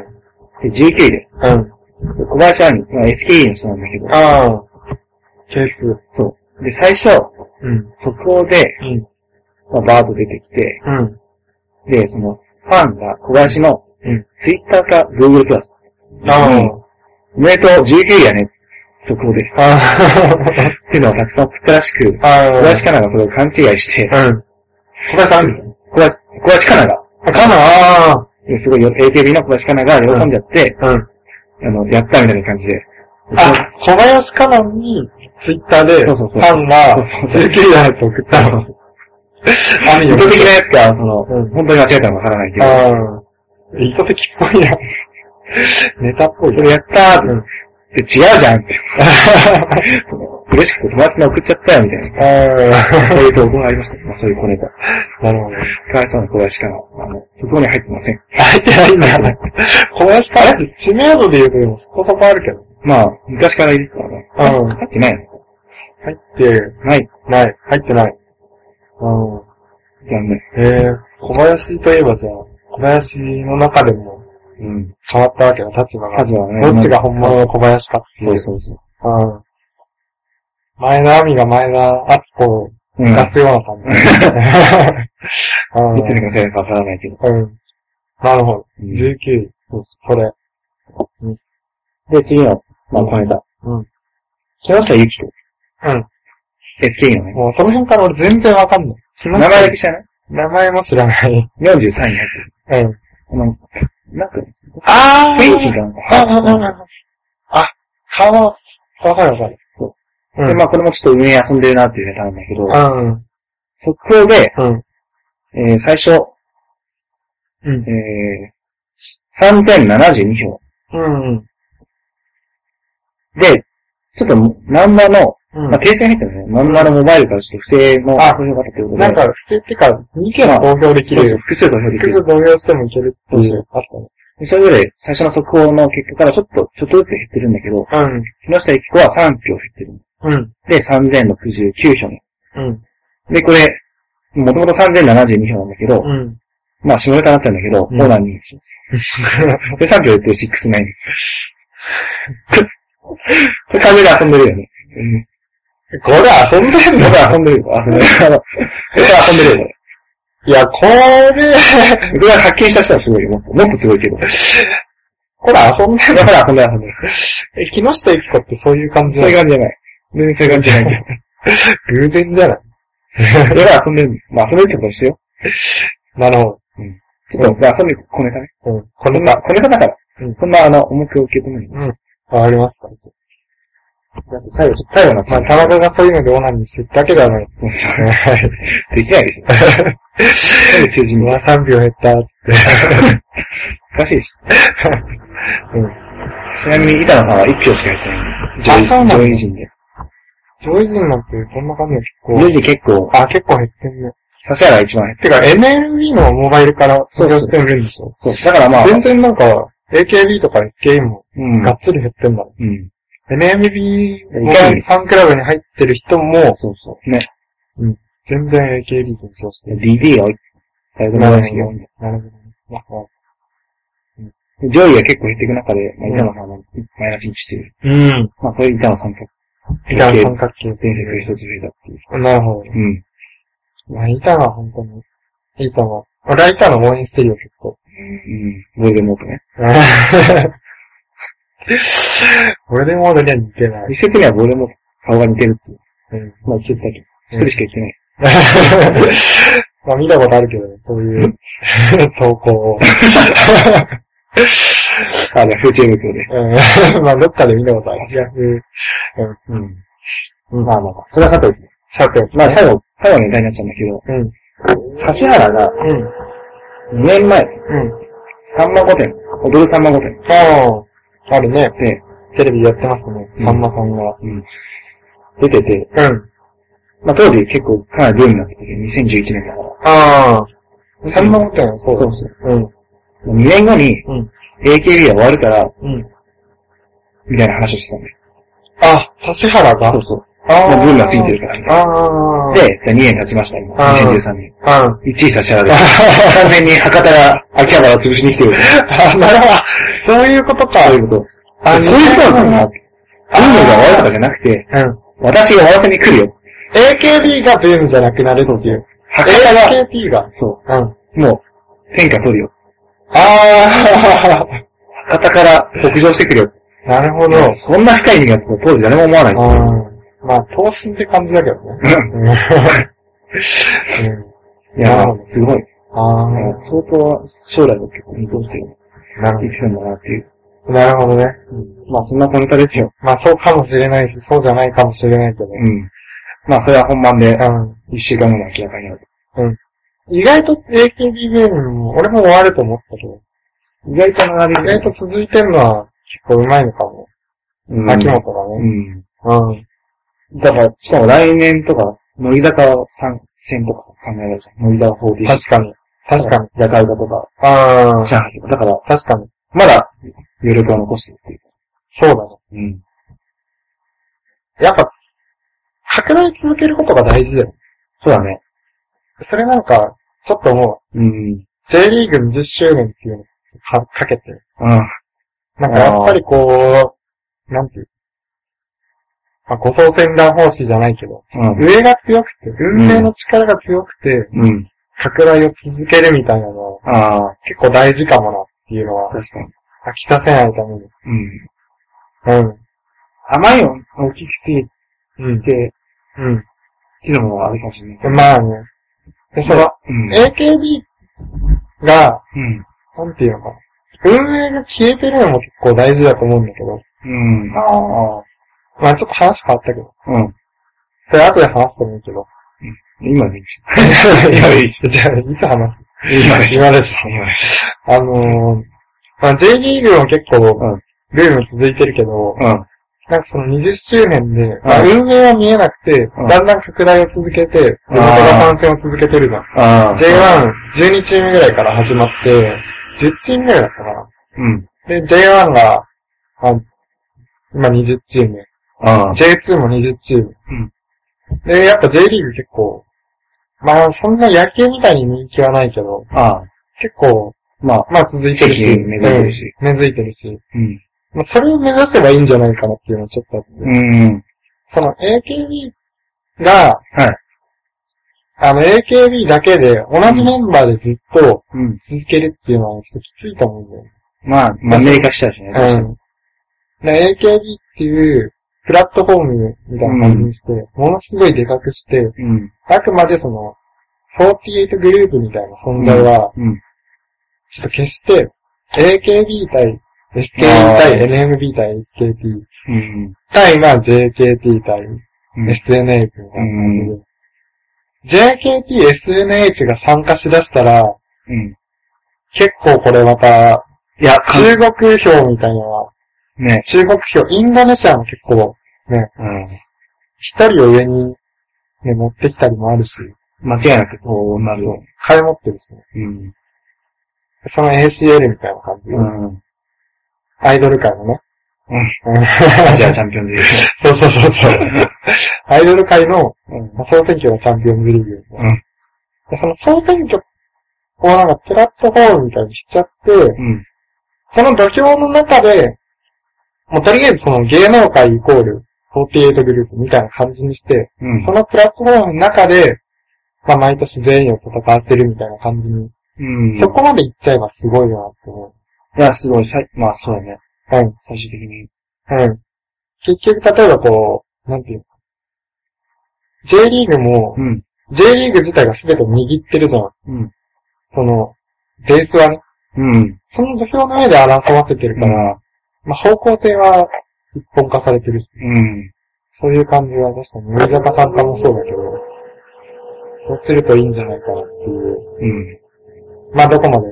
Speaker 1: で、
Speaker 2: い
Speaker 1: 19位で
Speaker 2: うん。
Speaker 1: す。小林杏里、まあ、SKE の人なんだけど、
Speaker 2: ああ。係数。
Speaker 1: そう。で、最初、
Speaker 2: うん。
Speaker 1: そこで、
Speaker 2: うん。
Speaker 1: まあ、バーッと出てきて、
Speaker 2: うん。
Speaker 1: で、その、ファンが小林の
Speaker 2: うん、
Speaker 1: ツイッターか Google プラス。
Speaker 2: ああ。
Speaker 1: おめでとう、19位やね。そこで。
Speaker 2: あ
Speaker 1: っていうのをたくさん送ったらしく、
Speaker 2: あ。ああ。
Speaker 1: 小林かながそれを勘違いして、
Speaker 2: うん。小林さん。
Speaker 1: 小林、小林かなが、
Speaker 2: あ、かなあ
Speaker 1: ですごい AKB の小林かなが喜んじゃって、
Speaker 2: あ。うん。
Speaker 1: あの、やったみたいな感じで。
Speaker 2: あ、小林かなに、ツイッターで、
Speaker 1: そうそうそう
Speaker 2: ファンが、
Speaker 1: そうそうそう
Speaker 2: 19位だって送ったの。あ
Speaker 1: 意図的なやつか、その、
Speaker 2: うん
Speaker 1: 本当に間違えたのかわからないけど、
Speaker 2: ああ。意図的っぽいな。ネタっぽい
Speaker 1: それやったーって、違うじゃんって。 嬉しくて友達に送っちゃったよ、みたいな。
Speaker 2: あ あ。
Speaker 1: そういう投稿がありました。まあ、そういう小ネタ。
Speaker 2: なるほ
Speaker 1: か
Speaker 2: ど。
Speaker 1: わいそうな小林かな。あの、そこに入ってません。
Speaker 2: 入ってないんだよね。小林かなって知名度で言うとでもそこそこあるけど。
Speaker 1: まあ、昔からいるからね。
Speaker 2: うん。
Speaker 1: 入ってないの
Speaker 2: 入って
Speaker 1: はい。
Speaker 2: ない。入ってない。うん。
Speaker 1: 残念。
Speaker 2: ええ小林といえばじゃあ、小林の中でも
Speaker 1: うん。
Speaker 2: 変わったわけだ、立場が。
Speaker 1: 立場はね
Speaker 2: どっちが本物の小林かってい
Speaker 1: そうそうそう。
Speaker 2: うん。前田亜美が前田敦子を
Speaker 1: うん。
Speaker 2: 出
Speaker 1: い
Speaker 2: すような感じ。うん
Speaker 1: つにかせるかわからないけど。
Speaker 2: うん。なるほど。
Speaker 1: うん
Speaker 2: 19位。それ。
Speaker 1: で、次の、まあ、小ネタ。
Speaker 2: うん。
Speaker 1: 木下ゆきと。
Speaker 2: うん。
Speaker 1: SK のね。
Speaker 2: もうその辺から俺全然わかんない。
Speaker 1: 名前だけ知らない
Speaker 2: 名前も知らない。
Speaker 1: ?43 位に入ってる。
Speaker 2: う
Speaker 1: あ
Speaker 2: ん。
Speaker 1: の、なんか、
Speaker 2: あ
Speaker 1: スペイン人かなん
Speaker 2: ああ
Speaker 1: か。
Speaker 2: ああ、顔、わかるわかる。う
Speaker 1: で、まあ、これもちょっと上遊んでるなっていうネタなんだけど、
Speaker 2: うん。
Speaker 1: そこで、
Speaker 2: うん。
Speaker 1: えー、最初、
Speaker 2: うん。
Speaker 1: えー、3072票。
Speaker 2: うん。
Speaker 1: で、ちょっと、ナンバーの、
Speaker 2: うん
Speaker 1: まあ、訂正入ってるね。ナンバーのモバイルからちょっと不正の
Speaker 2: あ
Speaker 1: 投票があったということで。
Speaker 2: なんか、不正ってか、2件は投票でき
Speaker 1: そうそ
Speaker 2: る
Speaker 1: う、。複数投票でき
Speaker 2: 複
Speaker 1: る。
Speaker 2: 数投票してもいけるっていうう。あっ
Speaker 1: でそれぞれ、最初の速報の結果からちょっと、ちょっとずつ減ってるんだけど、
Speaker 2: たね。
Speaker 1: 木下ゆき子は3票減ってる。
Speaker 2: うん。うん。
Speaker 1: で、3069票ね。
Speaker 2: うん。
Speaker 1: で、これ、もともと3072票なんだけど、
Speaker 2: うん。
Speaker 1: まあ、下ネタになっちゃうんだけど、オ
Speaker 2: うん
Speaker 1: ーナー に。で、3票言ってる69。これ完全に遊んでるよね。
Speaker 2: これ遊んでん
Speaker 1: まだ
Speaker 2: のか
Speaker 1: 遊んでるよ。遊んでる。あのこれ遊んで るよ、
Speaker 2: いや、これ、
Speaker 1: これ。これは発見した人はすごいよ。もっともっとすごいけど。だ
Speaker 2: これ遊んでんの
Speaker 1: から遊んでる遊んでる。
Speaker 2: え、木下ゆき子ってそういう感じ
Speaker 1: そう
Speaker 2: な
Speaker 1: いう
Speaker 2: の
Speaker 1: 感じじゃない。全然そういう感じじゃない
Speaker 2: 偶然じゃない
Speaker 1: けど。だから遊んでる。まあ、遊んでるってことにしてよ。
Speaker 2: なるほ
Speaker 1: ちょっと、まあ、遊んでる、小ネタね。
Speaker 2: ど。うん。こ
Speaker 1: 小ネ
Speaker 2: れ
Speaker 1: タ、
Speaker 2: が、
Speaker 1: 小ネタだから
Speaker 2: うん。
Speaker 1: そんな、あの、重く受け止めない。
Speaker 2: わかりました。
Speaker 1: だって最後、最後の
Speaker 2: まあ、田中がそういうのでオナニーしてるだけではないです。
Speaker 1: そうそう。
Speaker 2: はい。
Speaker 1: できないでしょ。なんで数字
Speaker 2: う
Speaker 1: 見て
Speaker 2: わ、3秒減った。
Speaker 1: おかしいでし
Speaker 2: うん。
Speaker 1: ょ。ちなみに、板野さんは1票しか入ってない。
Speaker 2: あそうなんだ
Speaker 1: 上位陣で。
Speaker 2: 上位陣なんてどんな感じ
Speaker 1: 上
Speaker 2: 結
Speaker 1: 位陣結構、
Speaker 2: 構、あ、結構減ってんね。
Speaker 1: 指原が一番入って
Speaker 2: てか、NLB のモバイルから卒業してるんでしょ
Speaker 1: る。そう。だからまあ、
Speaker 2: 全然なんか、AKB とか SKE も
Speaker 1: うん
Speaker 2: がっつり減ってんだろ。
Speaker 1: うん。
Speaker 2: NMB
Speaker 1: いか
Speaker 2: の
Speaker 1: に
Speaker 2: ファンクラブに入ってる人も、
Speaker 1: そうそう。ね。
Speaker 2: 全然 AKB に卒業してる。
Speaker 1: DD が多い。だいぶ長いですけど
Speaker 2: なるほどね。わかる
Speaker 1: 上位が結構減っていく中で、まあ、板野さんはマイナス1っていう。
Speaker 2: うん。
Speaker 1: まあ、これ板野さんと
Speaker 2: 板の三角形
Speaker 1: 伝説が一つ増えたっていう。
Speaker 2: なるほど。
Speaker 1: うん。
Speaker 2: まあ、板は本当に、板は。俺は板の応援してるよ、結 構。
Speaker 1: うん。ボイルモークね。
Speaker 2: 俺でも俺には似てない。
Speaker 1: 一説にはボイルモーク顔が似てるっていう。
Speaker 2: うん
Speaker 1: まあ、一説だけ。一人しか言ってない。
Speaker 2: まあ見たことあるけどね、そういう投稿 を。
Speaker 1: あ、じゃあ、風中無教で。
Speaker 2: うんまあどっかで見たことある。
Speaker 1: うん。まあまあまあ、それはさておき。
Speaker 2: さて、
Speaker 1: まあ、最後、最後のネタになっちゃうんだけど、
Speaker 2: うん。
Speaker 1: 指原が
Speaker 2: うん。
Speaker 1: 2年前、
Speaker 2: うん。
Speaker 1: さんま御殿、踊るさんま御殿
Speaker 2: ああ、あるね。
Speaker 1: で
Speaker 2: テレビやってますね
Speaker 1: う。ん
Speaker 2: さんまさんが。
Speaker 1: 出てて、
Speaker 2: うん。
Speaker 1: まあ当時結構かなりブームになってて、2011年だから。
Speaker 2: ああ。さんま御殿はそうだ
Speaker 1: そうそう。
Speaker 2: うん。
Speaker 1: 2年後に
Speaker 2: うん。
Speaker 1: AKB が終わるから、
Speaker 2: うん。
Speaker 1: みたいな話をしてたんだよ。
Speaker 2: あ、指原が。
Speaker 1: そうそう。
Speaker 2: あ
Speaker 1: もうブームが過ぎてるからみたい
Speaker 2: ああ。
Speaker 1: な。、で、2年経ちました、今。
Speaker 2: あ
Speaker 1: 2013年。
Speaker 2: ーうん。
Speaker 1: 1位指原で。完全に博多が秋葉原を潰しに来 てる。
Speaker 2: あ、なるほど。そういうことか
Speaker 1: そう。いうこと。
Speaker 2: あ
Speaker 1: そういうことなんだなって。ブームが終わるとかじゃなくて、
Speaker 2: うん。
Speaker 1: 私が合わせに来るよ。
Speaker 2: AKB がブームじゃなくなるっていう。
Speaker 1: 博多が、
Speaker 2: AKB が。
Speaker 1: そ
Speaker 2: うん。
Speaker 1: う、もう、天下取るよ。
Speaker 2: あ
Speaker 1: 博多から北上してくるよ。
Speaker 2: ー、なるほど。
Speaker 1: もうそんな深い意味が当時誰も思わない。
Speaker 2: うん。まあ、投資って感じだけど ね。うん。
Speaker 1: いやー、すごい。
Speaker 2: ああ、
Speaker 1: 相当、将来を結構見通して
Speaker 2: なる
Speaker 1: 生きてるんだなっていう。
Speaker 2: ほど。なるほどね。
Speaker 1: まあ、そんな小ネタですよ。
Speaker 2: まあ、そうかもしれないし、そうじゃないかもしれないけど。
Speaker 1: うん。まあ、それは本番で、
Speaker 2: うん。
Speaker 1: 一週間後に明らかになる。
Speaker 2: 意外と AKB ゲームも、俺も終わると思ったけど、
Speaker 1: 意外と並
Speaker 2: 意外と続いてるのは結構うまいのかも。
Speaker 1: うん
Speaker 2: 秋元が
Speaker 1: うん。
Speaker 2: ね。うん。
Speaker 1: だから、しかも来年とか、乃木坂を参戦とか考えられた。乃木坂40。
Speaker 2: 確かに。確かに。
Speaker 1: ジャカルタとか、
Speaker 2: あ
Speaker 1: チャーハンとか。だから、
Speaker 2: あ、確かに。
Speaker 1: まだ、余力は残してるっていう。
Speaker 2: そうだね。
Speaker 1: うん。
Speaker 2: やっぱ、拡大続けることが大事だよ。
Speaker 1: そうだね。
Speaker 2: それなんか、ちょっともう、
Speaker 1: うん。
Speaker 2: J リーグ20周年っていうのをかかけて、
Speaker 1: ああ。
Speaker 2: なんかやっぱりこう、なんていう。まあ、護送船団方針じゃないけど、
Speaker 1: うん。
Speaker 2: 上が強くて、運命の力が強くて、
Speaker 1: うん。
Speaker 2: 拡大を続けるみたいなのは、
Speaker 1: ああ、
Speaker 2: 結構大事かもなっていうのは、
Speaker 1: 確かに。
Speaker 2: 飽きさせないために。
Speaker 1: うん。
Speaker 2: うん。
Speaker 1: 甘いを大きくすぎ
Speaker 2: うん。
Speaker 1: て、
Speaker 2: うん。
Speaker 1: っていうのもあるかもしれない。
Speaker 2: まあね。で、その、
Speaker 1: うん。
Speaker 2: AKB が、
Speaker 1: うん。
Speaker 2: なんていうのかな。運営が消えてるのも結構大事だと思うんだけど。
Speaker 1: うん。ああ。
Speaker 2: まあちょっと話変わったけど。
Speaker 1: うん。
Speaker 2: それ後で話してもいいけど。
Speaker 1: 今でいいじ
Speaker 2: 今 でいいじゃあ、いつ話す
Speaker 1: ゃん。今でいいじゃん。
Speaker 2: 今です。
Speaker 1: 今でいいじ
Speaker 2: あのー、まあ、J リーグも結
Speaker 1: う
Speaker 2: 構
Speaker 1: ん、
Speaker 2: ルーム続いてるけど、
Speaker 1: ゃん。うん。
Speaker 2: なんかその20周年で、まあ、
Speaker 1: う
Speaker 2: 運営は見えなくて、
Speaker 1: ん
Speaker 2: だんだん拡大を続けて、地元が参戦を続けてるじゃん。
Speaker 1: ああ。
Speaker 2: J1、12チームぐらいから始まって、10チームぐらいだったか
Speaker 1: うん。
Speaker 2: な。で、J1 が、まあ、今20チーム、
Speaker 1: ああ。
Speaker 2: J2 も20チーム。
Speaker 1: うん
Speaker 2: で、やっぱ J リーグ結構、まあそんな野球みたいに人気はないけど、
Speaker 1: ああ。
Speaker 2: 結構、
Speaker 1: まあ、
Speaker 2: まあ続いてる
Speaker 1: 地
Speaker 2: し、
Speaker 1: 域に根付いてるし
Speaker 2: うん根付いてるし、
Speaker 1: うん。
Speaker 2: まあそれを目指せばいいんじゃないかなっていうのはちょっとあって、
Speaker 1: うん。
Speaker 2: その AKB が、
Speaker 1: はい
Speaker 2: あの AKB だけで同じメンバーでずっと
Speaker 1: うん。
Speaker 2: 続けるっていうのはちょっときついと思うんだよね。
Speaker 1: まあ、マンネリ化しちゃうしね。
Speaker 2: うん。で AKB っていうプラットフォームみたいな感じにして、ものすごいでかくして、
Speaker 1: うん。
Speaker 2: あくまでその、48グループみたいな存在は、
Speaker 1: うん。
Speaker 2: ちょっと決して、AKB 対 SKB 対 NMB 対 HKT
Speaker 1: うん。
Speaker 2: 対まあ JKT 対
Speaker 1: うん。
Speaker 2: SNH みたいな感じで、JKT、SNH が参加しだしたら、
Speaker 1: うん。
Speaker 2: 結構これまた、
Speaker 1: いや、
Speaker 2: 中国票みたいなのは、
Speaker 1: ね。
Speaker 2: 中国票、インドネシアも結構、
Speaker 1: うん。
Speaker 2: 一人を上に、ね、持ってきたりもあるし、
Speaker 1: 間違いなくそうなるよ。
Speaker 2: 買い持ってるしね。
Speaker 1: うん。
Speaker 2: その ACL みたいな感じで、
Speaker 1: うん。
Speaker 2: アイドル界のね。
Speaker 1: う
Speaker 2: うん
Speaker 1: アジアチャンピオンズリー
Speaker 2: そうそうそうそう。アイドル界の
Speaker 1: グ。うん。
Speaker 2: まあ総選挙のチャンピオンズリーグですね、
Speaker 1: うん
Speaker 2: でその総選挙をなんかプラットフォームみたいにしちゃって、
Speaker 1: うん。
Speaker 2: その土俵の中で、もうとりあえずその芸能界イコール48グループみたいな感じにして、
Speaker 1: うん
Speaker 2: そ。のプラットフォームの中で、まあ毎年全員を戦わせるみたいな感じに、
Speaker 1: うん。
Speaker 2: そこまで行っちゃえばすごいよなって思
Speaker 1: いや、すごい、さいまあそうだね。
Speaker 2: う。うん。
Speaker 1: 最終的に。
Speaker 2: うん。結局、例えばこう、なんていうの J リーグも
Speaker 1: う、ん。
Speaker 2: J リーグ自体が全てを握ってるじゃん。
Speaker 1: うん。
Speaker 2: その、ベースはね、
Speaker 1: うん。
Speaker 2: その土俵の上で争わせてる
Speaker 1: だ
Speaker 2: か、
Speaker 1: からら、
Speaker 2: まあ方向性は一本化されてるし、
Speaker 1: うん。
Speaker 2: そういう感じは確かに、森坂さんかもそうだけど、そうするといいんじゃないかなっていう。
Speaker 1: うん。
Speaker 2: まあどこまで。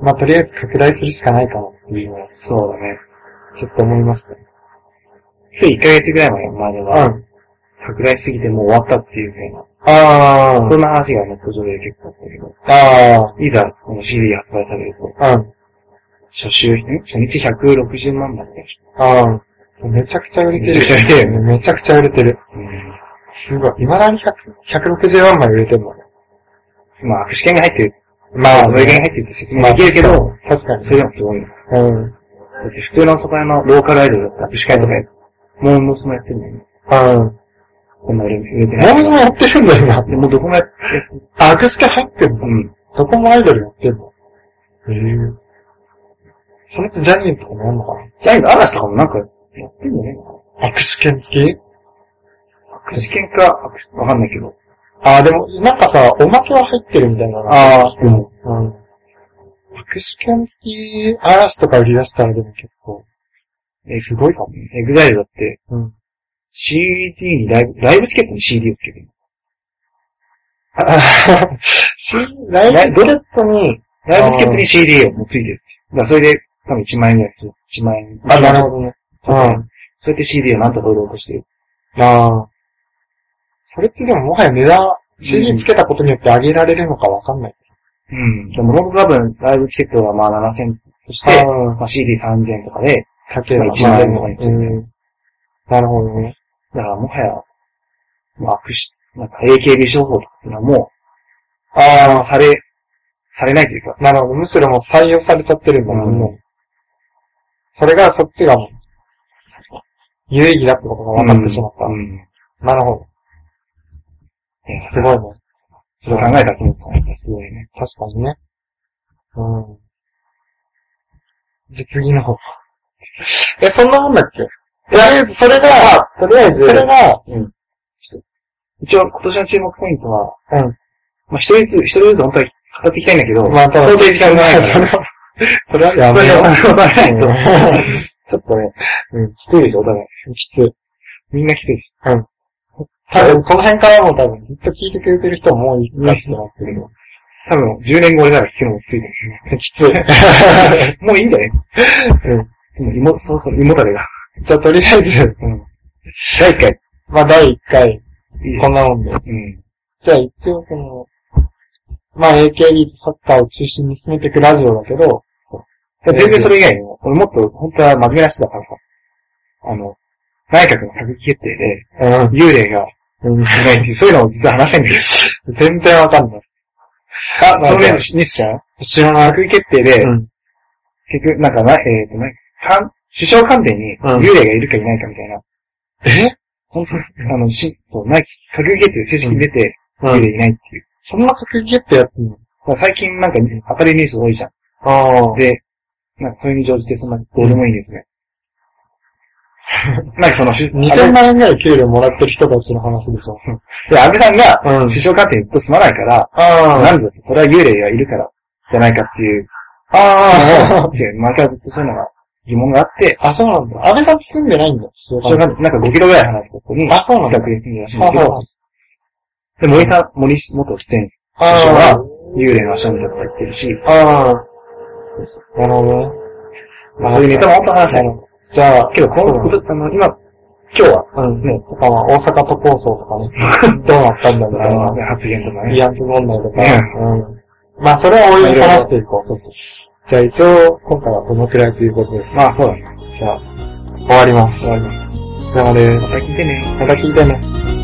Speaker 2: まあとりあえず拡大するしかないかなっていうのは、
Speaker 1: そうだね。
Speaker 2: ちょっと思いました。
Speaker 1: つい1ヶ月ぐらい前までは、
Speaker 2: うん。
Speaker 1: 拡大すぎてもう終わったっていうふう
Speaker 2: あ
Speaker 1: な、
Speaker 2: ー
Speaker 1: そんな話がネット上で結構あったけど、
Speaker 2: あ
Speaker 1: いざこの CD 発売されると、
Speaker 2: ー、うん。
Speaker 1: 初週、ん初日160万だったでしょ。
Speaker 2: ああ、めちゃくちゃ売れてる。
Speaker 1: めちゃくちゃ売れて る
Speaker 2: めちゃくちゃ売れてる。
Speaker 1: うん。
Speaker 2: すごい。未だに100 160万枚売れてるのね。
Speaker 1: まあ、握手券が入ってる、
Speaker 2: まあ、
Speaker 1: それが入ってるって説明できるけど、
Speaker 2: 確か
Speaker 1: そ
Speaker 2: に
Speaker 1: れ。でもすごいよ。
Speaker 2: うん。
Speaker 1: だって普通のそこらのローカルアイドルだったら、握手会とかや、モー娘もやってるのに、
Speaker 2: うん。
Speaker 1: こんな売れ売れてない。
Speaker 2: 何もやってるんだよ、今。
Speaker 1: でもうどこもやって、
Speaker 2: あ、アクスケ入ってんの
Speaker 1: うん。
Speaker 2: どこもアイドルやってんのへえそれってジャニーズとかもやんのか
Speaker 1: ジャニーズ嵐とかもなんか、やってんじゃないか
Speaker 2: なアクスケ付き
Speaker 1: な。握手券か、握手わかんないけど。
Speaker 2: あー、でも、なんかさ、おまけは入ってるみたいな。
Speaker 1: ああ、うん。
Speaker 2: うん。握手券付き嵐とか売り出したらでも結構。
Speaker 1: え、すごいかもね。エグザイルだって、
Speaker 2: うん。
Speaker 1: CD にライブ、ライブチケットに CD をつけてる。
Speaker 2: ああ、し、ライ
Speaker 1: ライ
Speaker 2: ブ
Speaker 1: ブチケットに、ライブチケットに CD をもうついてる。だからそれで、多分1万円ぐらいする。1万円。
Speaker 2: あ、なるほどね。うん。
Speaker 1: そうやって CD をなんとか売ろうとしてる。
Speaker 2: ああ。それってでももはや値段、CD つけたことによって上げられるのかわかんない。
Speaker 1: うん。でも、本当多分、ライブチケットはまあ7000として、
Speaker 2: うん
Speaker 1: まあ CD3000 円とかで、
Speaker 2: かければ
Speaker 1: まあ一万円とかにす
Speaker 2: う
Speaker 1: る
Speaker 2: ん。なるほどね。
Speaker 1: だからもはや、まあ、握手、なんか AKB 商法とかっていうのはもう、
Speaker 2: あ
Speaker 1: され、されないというか、
Speaker 2: あ、なるほど。むしろもう採用されちゃってるんだもんね。
Speaker 1: う
Speaker 2: それがそっちがもう、有意義だってことが分かってしまった。
Speaker 1: うん。い
Speaker 2: なるほど。
Speaker 1: や、
Speaker 2: すごいね。
Speaker 1: それを考えた木本さんやっぱすごいね。
Speaker 2: 確かにね。うん。で、次の方。え、そんなもんだっけとりあえず、それが、
Speaker 1: とりあえ
Speaker 2: それが、
Speaker 1: 一応今年の注目ポイントは、
Speaker 2: うん。
Speaker 1: まあ一人ずつ、一人ずつ本当は語っていきたいんだけど、
Speaker 2: まあ、ただ、
Speaker 1: 到底時間がないから、
Speaker 2: それはや
Speaker 1: そ
Speaker 2: め
Speaker 1: れ
Speaker 2: よ
Speaker 1: は話さないと。
Speaker 2: う。
Speaker 1: ちょっとね、うん、きついでしょ、お互い。
Speaker 2: きつい。
Speaker 1: みんなきついでし
Speaker 2: 多分、この辺からも多分、ずっと聞いてくれてる人ももういいかってなってるけど。
Speaker 1: ょ。多分、10年後俺らが聞くのもきついで
Speaker 2: きつい。
Speaker 1: しょ。 もういいんじゃないうん。でも、妹、そうそう、妹 れが。
Speaker 2: じゃあ、とりあえず、
Speaker 1: 第1回。
Speaker 2: まあ、第1回、
Speaker 1: いい
Speaker 2: こんなもんで。
Speaker 1: うん。
Speaker 2: じゃあ、一応その、まあ、AKB とサッカーを中心に進めていくラジオだけど、
Speaker 1: いや全然それ以外にも、俺もっと、本当は真面目な人だからさ、あの、内閣の閣議決定で、
Speaker 2: う
Speaker 1: 幽霊が
Speaker 2: ん。うん
Speaker 1: いないっていう、そういうのを実は話したいんだけど。
Speaker 2: 全然わかんない。
Speaker 1: あ、その例のニュースじゃん
Speaker 2: 知らない。
Speaker 1: 閣議決定で、
Speaker 2: うん。
Speaker 1: 結局、なんかな、えっ、と、なんか、官首相官邸に
Speaker 2: うん
Speaker 1: 幽霊がいるかいないかみたいな、
Speaker 2: え
Speaker 1: 本当あの、し、そう、内閣議決定で正式に出て、
Speaker 2: う
Speaker 1: 幽
Speaker 2: ん。
Speaker 1: 霊いないっていう。
Speaker 2: そんな格ゲってやってんの
Speaker 1: まあ最近なんか、当たりニュース多いじゃん。
Speaker 2: ああ。
Speaker 1: で、なんかそれに乗じて、そんな、どうでもいいんですね。なんかその、しあれ
Speaker 2: 2000万円ぐらい給料もらってる人たちの話でしょ。
Speaker 1: で、安倍さんが、
Speaker 2: うん
Speaker 1: 首相官邸にずっと住まないから、
Speaker 2: あ
Speaker 1: なんでだってそれは幽霊がいるから、じゃないかっていう、
Speaker 2: あ
Speaker 1: っていう、毎回ずっとそういうのが疑問があって、
Speaker 2: あ。あ、そうなんだ。安倍さん住んでないんだよ。そう
Speaker 1: 首相官邸なんか5キロぐらい離れたとこに、
Speaker 2: あ、そうなんだ
Speaker 1: 近。くに住んでらっしゃるんだけ
Speaker 2: あ
Speaker 1: ど、で、森さん、森元出演
Speaker 2: あ
Speaker 1: 者は
Speaker 2: あ、
Speaker 1: 幽霊の足を見たとか言ってるし、
Speaker 2: あ。ああ。なるほどね。
Speaker 1: まあそういうネタも本当話したいの。
Speaker 2: じゃあ、
Speaker 1: けど、この、
Speaker 2: そう
Speaker 1: あの、今、今日 は、
Speaker 2: うん、ね、とかは大阪都構想とかね、どうなったんだみ
Speaker 1: あ
Speaker 2: たい
Speaker 1: の
Speaker 2: な、、
Speaker 1: 発言とかね
Speaker 2: 慰、安婦問題とか、
Speaker 1: う
Speaker 2: うん。まあ、それはおいおい話していこう。そうそう。じゃあ、一応、今回はこのくらいということで、
Speaker 1: まあそうだね。
Speaker 2: じゃあ、終わります。終わります。なので、
Speaker 1: また聞いてね。
Speaker 2: また聞いてね。